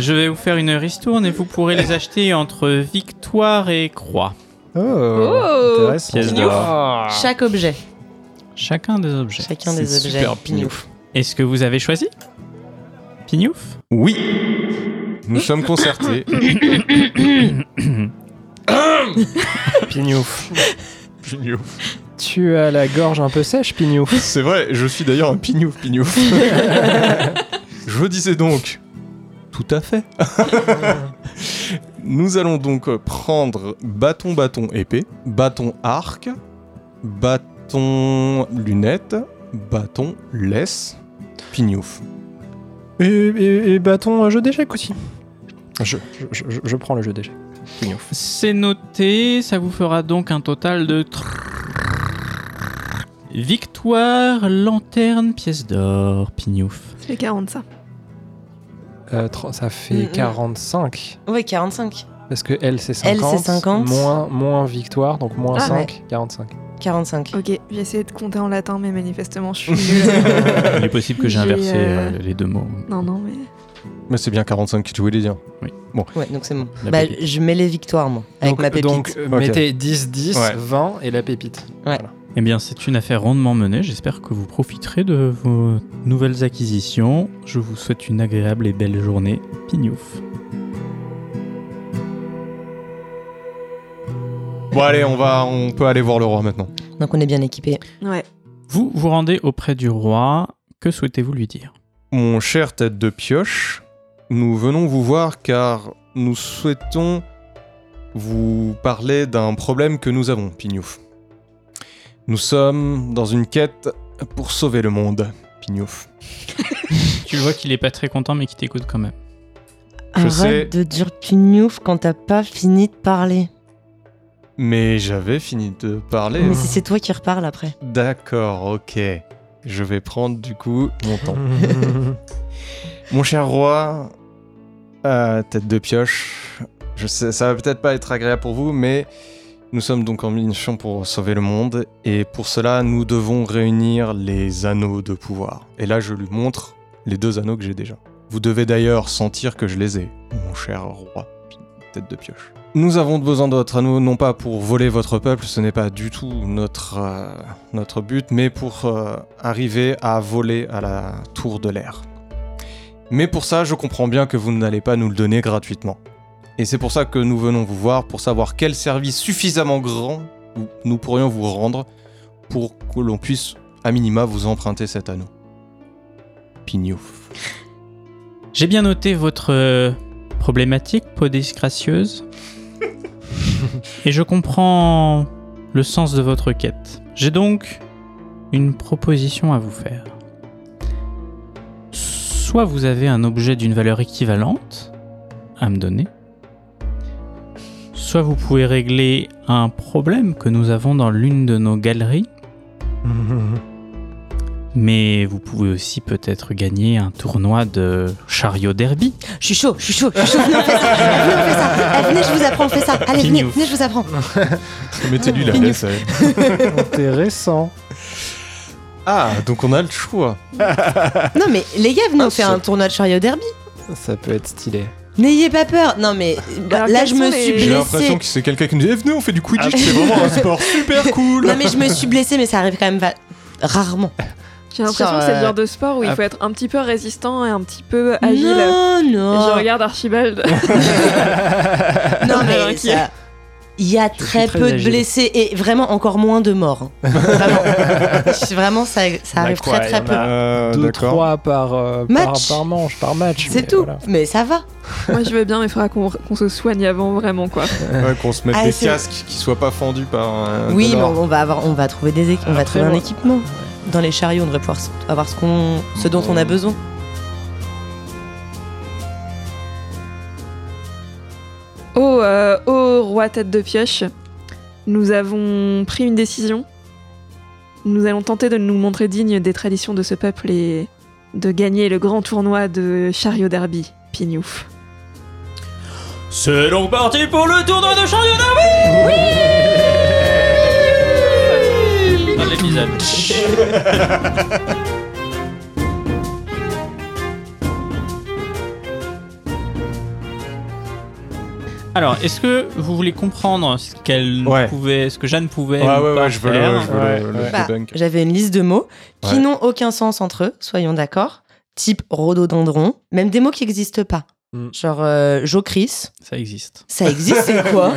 S1: [LAUGHS] je vais vous faire une ristourne et vous pourrez les acheter entre victoire et croix.
S5: Oh,
S4: Oh,
S5: intéressant.
S1: pièce
S5: d'or.
S2: Ah. Chaque objet,
S1: Chacun des objets.
S2: chacun des
S3: C'est
S2: objets.
S3: super,
S2: Pignou.
S1: Est-ce que vous avez choisi Pignouf
S3: Oui Nous sommes concertés.
S5: Pignouf.
S3: Pignouf.
S5: Tu as la gorge un peu sèche, Pignouf.
S3: [LAUGHS] C'est vrai, je suis d'ailleurs un Pignouf, [LAUGHS] Pignouf. je disais donc. Tout à fait. Nous allons donc prendre bâton, bâton, épée, bâton, arc, bâton, lunette, bâton, laisse, pignouf.
S5: Et, et- et bâton euh, jeu d'échecs aussi. Je, je- je- je prends le jeu d'échecs.
S1: C'est noté, ça vous fera donc un total de... Victoire, lanterne, pièce d'or, Pignouf.
S4: C'est 40 ça.
S5: Euh, tr- ça fait
S2: Mm, mm.
S5: 45.
S2: Ouais, 45.
S5: Parce que L, c'est
S2: Elle,
S5: 50.
S2: c'est 50.
S5: Moins, moins victoire, donc moins
S4: Ah,
S5: 5, 45.
S2: 45.
S4: Ok, j'ai essayé de compter en latin, mais manifestement, [LAUGHS] je suis nulle.
S1: Il est possible que j'ai
S4: J'ai,
S1: inversé
S4: euh,
S1: euh, les deux mots.
S4: non, non, mais.
S3: Mais c'est bien 45 que tu voulais dire.
S2: Ouais, donc c'est bon.
S1: La
S2: Bah,
S1: pépite.
S2: je mets les victoires, moi, avec
S5: donc,
S2: ma pépite.
S5: donc, euh,
S3: Ok.
S5: mettez 10, 10,
S3: Ouais.
S5: 20 et la [LAUGHS] pépite.
S1: Eh bien, c'est une affaire rondement menée, j'espère que vous profiterez de vos nouvelles acquisitions. Je vous souhaite une agréable et belle journée, Pignouf.
S3: Bon allez, on va, on peut aller voir le roi maintenant.
S2: Donc, on est bien équipés.
S4: Ouais.
S1: Vous vous rendez auprès du roi, que souhaitez-vous lui dire
S3: Mon cher tête de pioche, nous venons vous voir car nous souhaitons vous parler d'un problème que nous avons, Pignouf. Nous sommes dans une quête pour sauver le monde, Pignouf.
S1: Tu vois qu'il est pas très content mais qu'il t'écoute quand même.
S3: Je
S2: Arrête
S3: sais.
S2: de dire pignouf quand t'as pas fini de parler.
S3: Mais j'avais fini de parler.
S2: Mais si c'est toi qui reparles après.
S3: D'accord, ok. Je vais prendre du coup mon temps. Mon cher roi, euh, tête de pioche, je sais, ça va peut-être pas être agréable pour vous, mais nous sommes donc en mission pour sauver le monde, et pour cela, nous devons réunir les anneaux de pouvoir. Et là, je lui montre les deux anneaux que j'ai déjà. Vous devez d'ailleurs sentir que je les ai, mon cher roi, tête de pioche. Nous avons besoin de votre anneau, non pas pour voler votre peuple, ce n'est pas du tout notre, euh, notre but, mais pour euh, arriver à voler à la tour de l'air. Mais pour ça, je comprends bien que vous n'allez pas nous le donner gratuitement. Et c'est pour ça que nous venons vous voir pour savoir quel service suffisamment grand vous- nous pourrions vous rendre pour que l'on puisse, à minima, vous emprunter cet anneau. Pignouf.
S1: J'ai bien noté votre euh, problématique, podis gracieuse. Et je comprends le sens de votre quête. J'ai donc une proposition à vous faire. Soit vous avez un objet d'une valeur équivalente à me donner, soit vous pouvez régler un problème que nous avons dans l'une de nos galeries, mais vous pouvez aussi peut-être gagner un tournoi de chariot derby.
S2: Je suis chaud, je suis chaud, je suis chaud. Venez, on
S5: [LAUGHS]
S2: fait ça. Venez, on fait ça. Ah, venez, je vous apprends, on fait ça. Allez, venez,
S1: Pignouf.
S2: venez, je vous apprends.
S3: [LAUGHS] Mettez-lui la laisse. ouais.
S5: Intéressant.
S3: Ah, donc on a le choix.
S2: Non, mais les gars, venez,
S3: Ah,
S2: on fait
S3: ça-
S2: un tournoi de chariot derby.
S5: Ça peut être stylé.
S2: N'ayez pas peur. Non, mais bah,
S4: Alors,
S2: là,
S4: quels
S2: je me
S4: sont
S2: suis
S4: les-
S3: J'ai l'impression
S2: blessée.
S3: que c'est quelqu'un qui nous dit Eh, Venez, on fait du Quidditch,
S5: Ah,
S3: c'est vraiment un [LAUGHS] sport super cool.
S2: Non, mais je me suis blessée, mais ça arrive quand même va- rarement.
S4: J'ai l'impression
S2: Sur,
S4: que c'est
S2: euh,
S4: le genre de sport où il
S5: ah.
S4: faut être un petit peu résistant et un petit peu
S2: Ah,
S4: agile.
S2: Non,
S4: Et je
S2: non. [LAUGHS]
S4: regarde Archibald.
S2: Non,
S4: Alors,
S2: mais
S4: ok.
S2: ça- Il y a très,
S5: très
S2: peu de
S5: agile.
S2: blessés et vraiment encore moins de
S5: [LAUGHS]
S2: morts. hein. Vraiment, Je- vraiment ça, ça arrive
S5: Bah, quoi,
S2: très
S5: il y
S2: très
S5: en
S2: peu.
S5: a
S3: Euh,
S5: Deux,
S3: D'accord.
S5: trois par, euh, par,
S2: Match.
S5: par manche, par match. mais
S2: C'est tout,
S5: voilà.
S2: mais ça va.
S4: Moi, je veux bien, mais il faudra qu'on qu'on se soigne avant, vraiment, quoi.
S3: Ouais, qu'on se mette
S2: Ah,
S3: des
S2: c'est-
S3: casques qui soient pas fendus par euh, un.
S2: Oui,
S3: de
S2: mais
S3: l'or.
S2: on va avoir, on va trouver des, équ- on va
S5: Après,
S2: trouver un
S5: moi-
S2: équipement. Dans les chariots, on devrait pouvoir s- avoir ce qu'on, ce dont on a besoin.
S4: Ô, euh, ô roi tête de pioche, nous avons pris une décision. Nous allons tenter de nous montrer dignes des traditions de ce peuple et de gagner le grand tournoi de chariot derby, Pignouf.
S1: C'est donc parti pour le tournoi de chariot
S2: Ah,
S1: derby Oui l'épisode. Alors, est-ce que vous voulez comprendre ce qu'elle
S3: Ouais.
S1: pouvait, ce que Jeanne pouvait
S3: Ouais,
S1: ou
S3: ouais,
S1: pas
S3: ouais, je veux
S1: faire
S3: le, je veux le- le
S5: Ouais.
S2: Bah,
S3: debunk.
S2: J'avais une liste de mots qui
S3: Ouais.
S2: n'ont aucun sens entre eux, soyons d'accord. Type rhododendron, même des mots qui n'existent pas.
S5: Mm.
S2: Genre euh, Jocris,
S1: Ça existe.
S2: ça existe, c'est quoi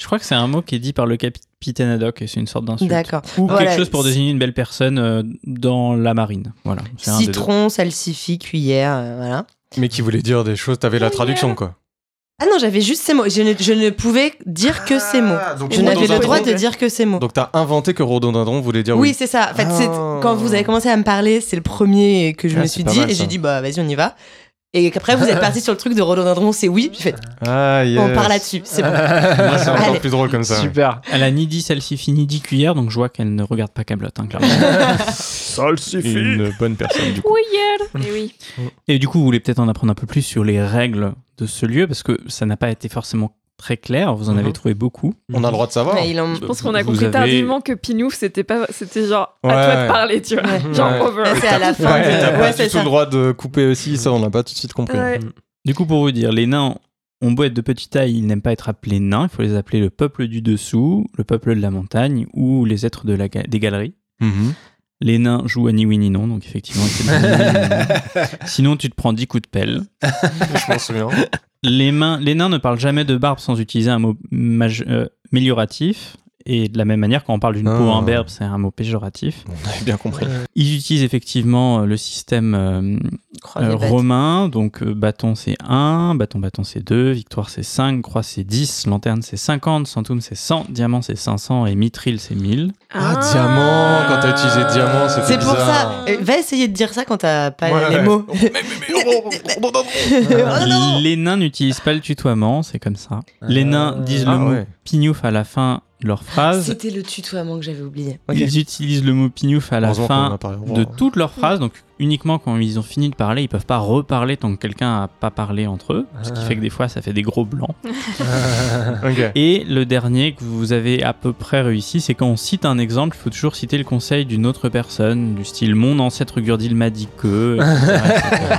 S1: Je crois que c'est un mot qui est dit par le capitaine Haddock et c'est une sorte d'insulte.
S2: D'accord.
S1: Ou
S2: Voilà.
S1: quelque chose pour désigner une belle personne euh, dans la marine. Voilà. c'est un des deux.
S2: Citron, salsifis, cuillère, euh, voilà.
S3: Mais qui voulait dire des choses, t'avais la
S4: Oui,
S3: traduction
S4: euh,
S3: quoi.
S2: Ah non, j'avais juste ces mots. Je ne, je ne pouvais dire que ces mots.
S3: Ah, donc
S2: Je
S4: on
S2: n'avais
S4: doit
S2: le droit de
S4: trouver.
S2: dire que ces mots.
S3: Donc t'as inventé que rhododendron voulait dire
S2: Oui,
S3: oui.
S2: c'est ça. En fait,
S3: Ah.
S2: c'est quand vous avez commencé à me parler, c'est le premier que je
S3: Ah,
S2: me
S3: c'est
S2: suis
S3: pas
S2: dit,
S3: mal,
S2: et
S3: ça.
S2: j'ai dit bah vas-y on y va. Et après
S3: [LAUGHS]
S2: vous êtes parti sur le truc de rhododendron, c'est oui. J'ai fait,
S3: Ah, yes.
S2: on part là-dessus, c'est bon.
S3: [LAUGHS] Moi, c'est encore
S2: Allez.
S3: plus drôle comme ça.
S5: Super. [LAUGHS]
S1: Elle a ni dit celle-ci ni dit cuillère, donc je vois qu'elle ne regarde pas Camelot, hein, clairement.
S3: Une bonne personne du coup.
S4: [LAUGHS] Et Eh oui.
S1: Et du coup, vous voulez peut-être en apprendre un peu plus sur les règles de ce lieu, parce que ça n'a pas été forcément très clair. Vous en
S3: Mhm.
S1: avez trouvé beaucoup.
S3: On a le droit de savoir.
S2: Mais il en-
S4: Je pense qu'on a
S1: Vous
S4: compris
S1: avez-
S4: tardivement que Pignouf, c'était pas, c'était genre
S3: Ouais,
S4: à toi
S3: ouais.
S4: de parler, tu vois.
S3: [LAUGHS]
S2: Ouais.
S4: Genre
S3: Ouais.
S4: over.
S2: Ouais, c'est à la
S3: Ouais,
S2: fin. de-
S3: t'as
S2: ouais,
S3: pas
S2: c'est
S3: du tout
S2: ça.
S3: le droit de couper aussi, ça on l'a pas tout de suite compris.
S4: Ouais.
S1: Du coup, pour vous dire, les nains ont beau être de petite taille, ils n'aiment pas être appelés nains. Il faut les appeler le peuple du dessous, le peuple de la montagne ou les êtres de la ga- des galeries.
S3: Mhm.
S1: Les nains jouent à ni oui ni non, donc effectivement, c'est ni oui, ni non. sinon tu te prends 10 coups de pelle.
S3: Je m'en souviens.
S1: Les, mains, les nains ne parlent jamais de barbe sans utiliser un mot maj- euh, amélioratif. Et de la même manière, quand on parle d'une peau
S3: Ah.
S1: imberbe, c'est un mot péjoratif.
S3: On avait bien compris.
S1: Ils utilisent effectivement euh, le système euh,
S2: Croix
S1: euh,
S2: des bêtes.
S1: romain. Donc euh, bâton c'est 1, bâton bâton c'est 2, victoire c'est 5, croix c'est 10, lanterne c'est 50, centum c'est 100, diamant c'est 500 et mithril c'est 1000.
S3: Ah, diamant, quand t'as utilisé diamant, c'était
S2: C'est pour ça.
S3: bizarre.
S2: euh, Va essayer de dire ça quand t'as pas
S3: Ouais,
S2: les
S3: [LAUGHS] ouais.
S2: mots. [LAUGHS]
S3: Mais, mais, mais, oh, rhododendron.
S2: Oh non
S1: Les nains n'utilisent pas le tutoiement, c'est comme ça. Les nains disent le
S3: Ah
S1: mot
S3: ouais.
S1: pignouf à la fin de leur phrase.
S2: C'était le tutoiement que j'avais oublié.
S1: Ils utilisent le mot pignouf à la
S3: Heureusement qu'on en
S1: fin
S3: a hein. parlé. Au
S1: de
S3: revoir.
S1: toutes leurs phrases, donc uniquement quand ils ont fini de parler, ils peuvent pas reparler tant que quelqu'un a pas parlé entre eux, ce qui
S5: Ah.
S1: fait que des fois ça fait des gros blancs.
S3: Ok.
S1: Et le dernier que vous avez à peu près réussi, c'est quand on cite un exemple, il faut toujours citer le conseil d'une autre personne, du style mon ancêtre Gurdil m'a dit que, etc.,
S3: [LAUGHS]
S1: etc.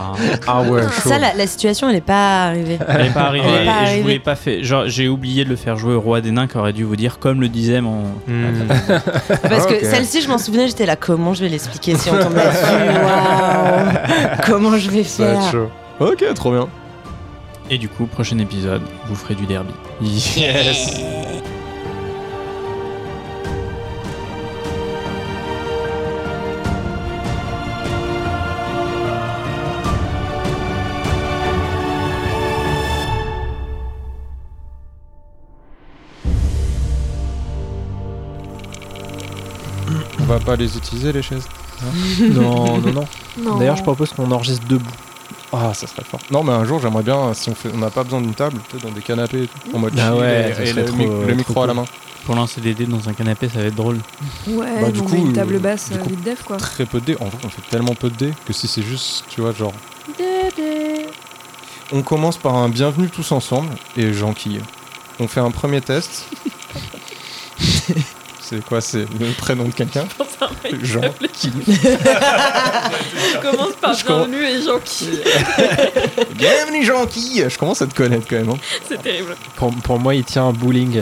S5: Ah ouais,
S2: Ça, la, la situation, elle est pas arrivée.
S1: Elle
S2: [LAUGHS]
S1: est pas arrivée,
S2: Elle est pas
S1: et je
S2: arrivée.
S1: voulais pas fait, genre j'ai oublié de le faire jouer au roi des nains qui aurait dû vous dire comme le disait mon.
S3: Hmm.
S2: Parce
S3: ok.
S2: que celle-ci, je m'en souvenais, j'étais là. Comment je vais l'expliquer si on tombe là-dessus
S3: [LAUGHS]
S2: Waouh Comment je vais
S3: Ça va être
S2: faire
S3: chaud. Ok, trop bien.
S1: Et du coup, prochain épisode, vous ferez du derby.
S3: Yes. va pas les utiliser, les chaises
S5: Non, non, non.
S4: Non.
S5: D'ailleurs, je propose qu'on enregistre debout.
S3: Ah, ça serait fort. Non, mais un jour, j'aimerais bien, si on fait- on n'a pas besoin d'une table, peut-être dans des canapés, et tout, en mode
S5: Ah
S3: chill,
S5: ouais,
S3: et-
S5: ça
S3: et,
S5: serait
S3: le,
S5: trop-
S3: mic- le
S5: trop
S3: micro à la main.
S1: Pour lancer des dés dans un canapé, ça va être drôle.
S4: Ouais,
S3: Bah,
S4: mais
S3: du
S4: on
S3: coup,
S4: met une
S3: euh,
S4: table basse
S3: du
S4: euh,
S3: coup-
S4: vite def quoi.
S3: Très peu de dés. En vrai, on fait tellement peu de dés que si c'est juste, tu vois, genre. On commence par un bienvenue tous ensemble et j'enquille. On fait un premier test. c'est quoi C'est le prénom de quelqu'un Jean.
S4: commence par
S3: Je commence-
S4: et gens qui. [LAUGHS]
S3: Bienvenue Jean-Qui Je commence à te connaître quand même. hein.
S4: C'est terrible.
S5: Pour, pour moi, il tient un bowling.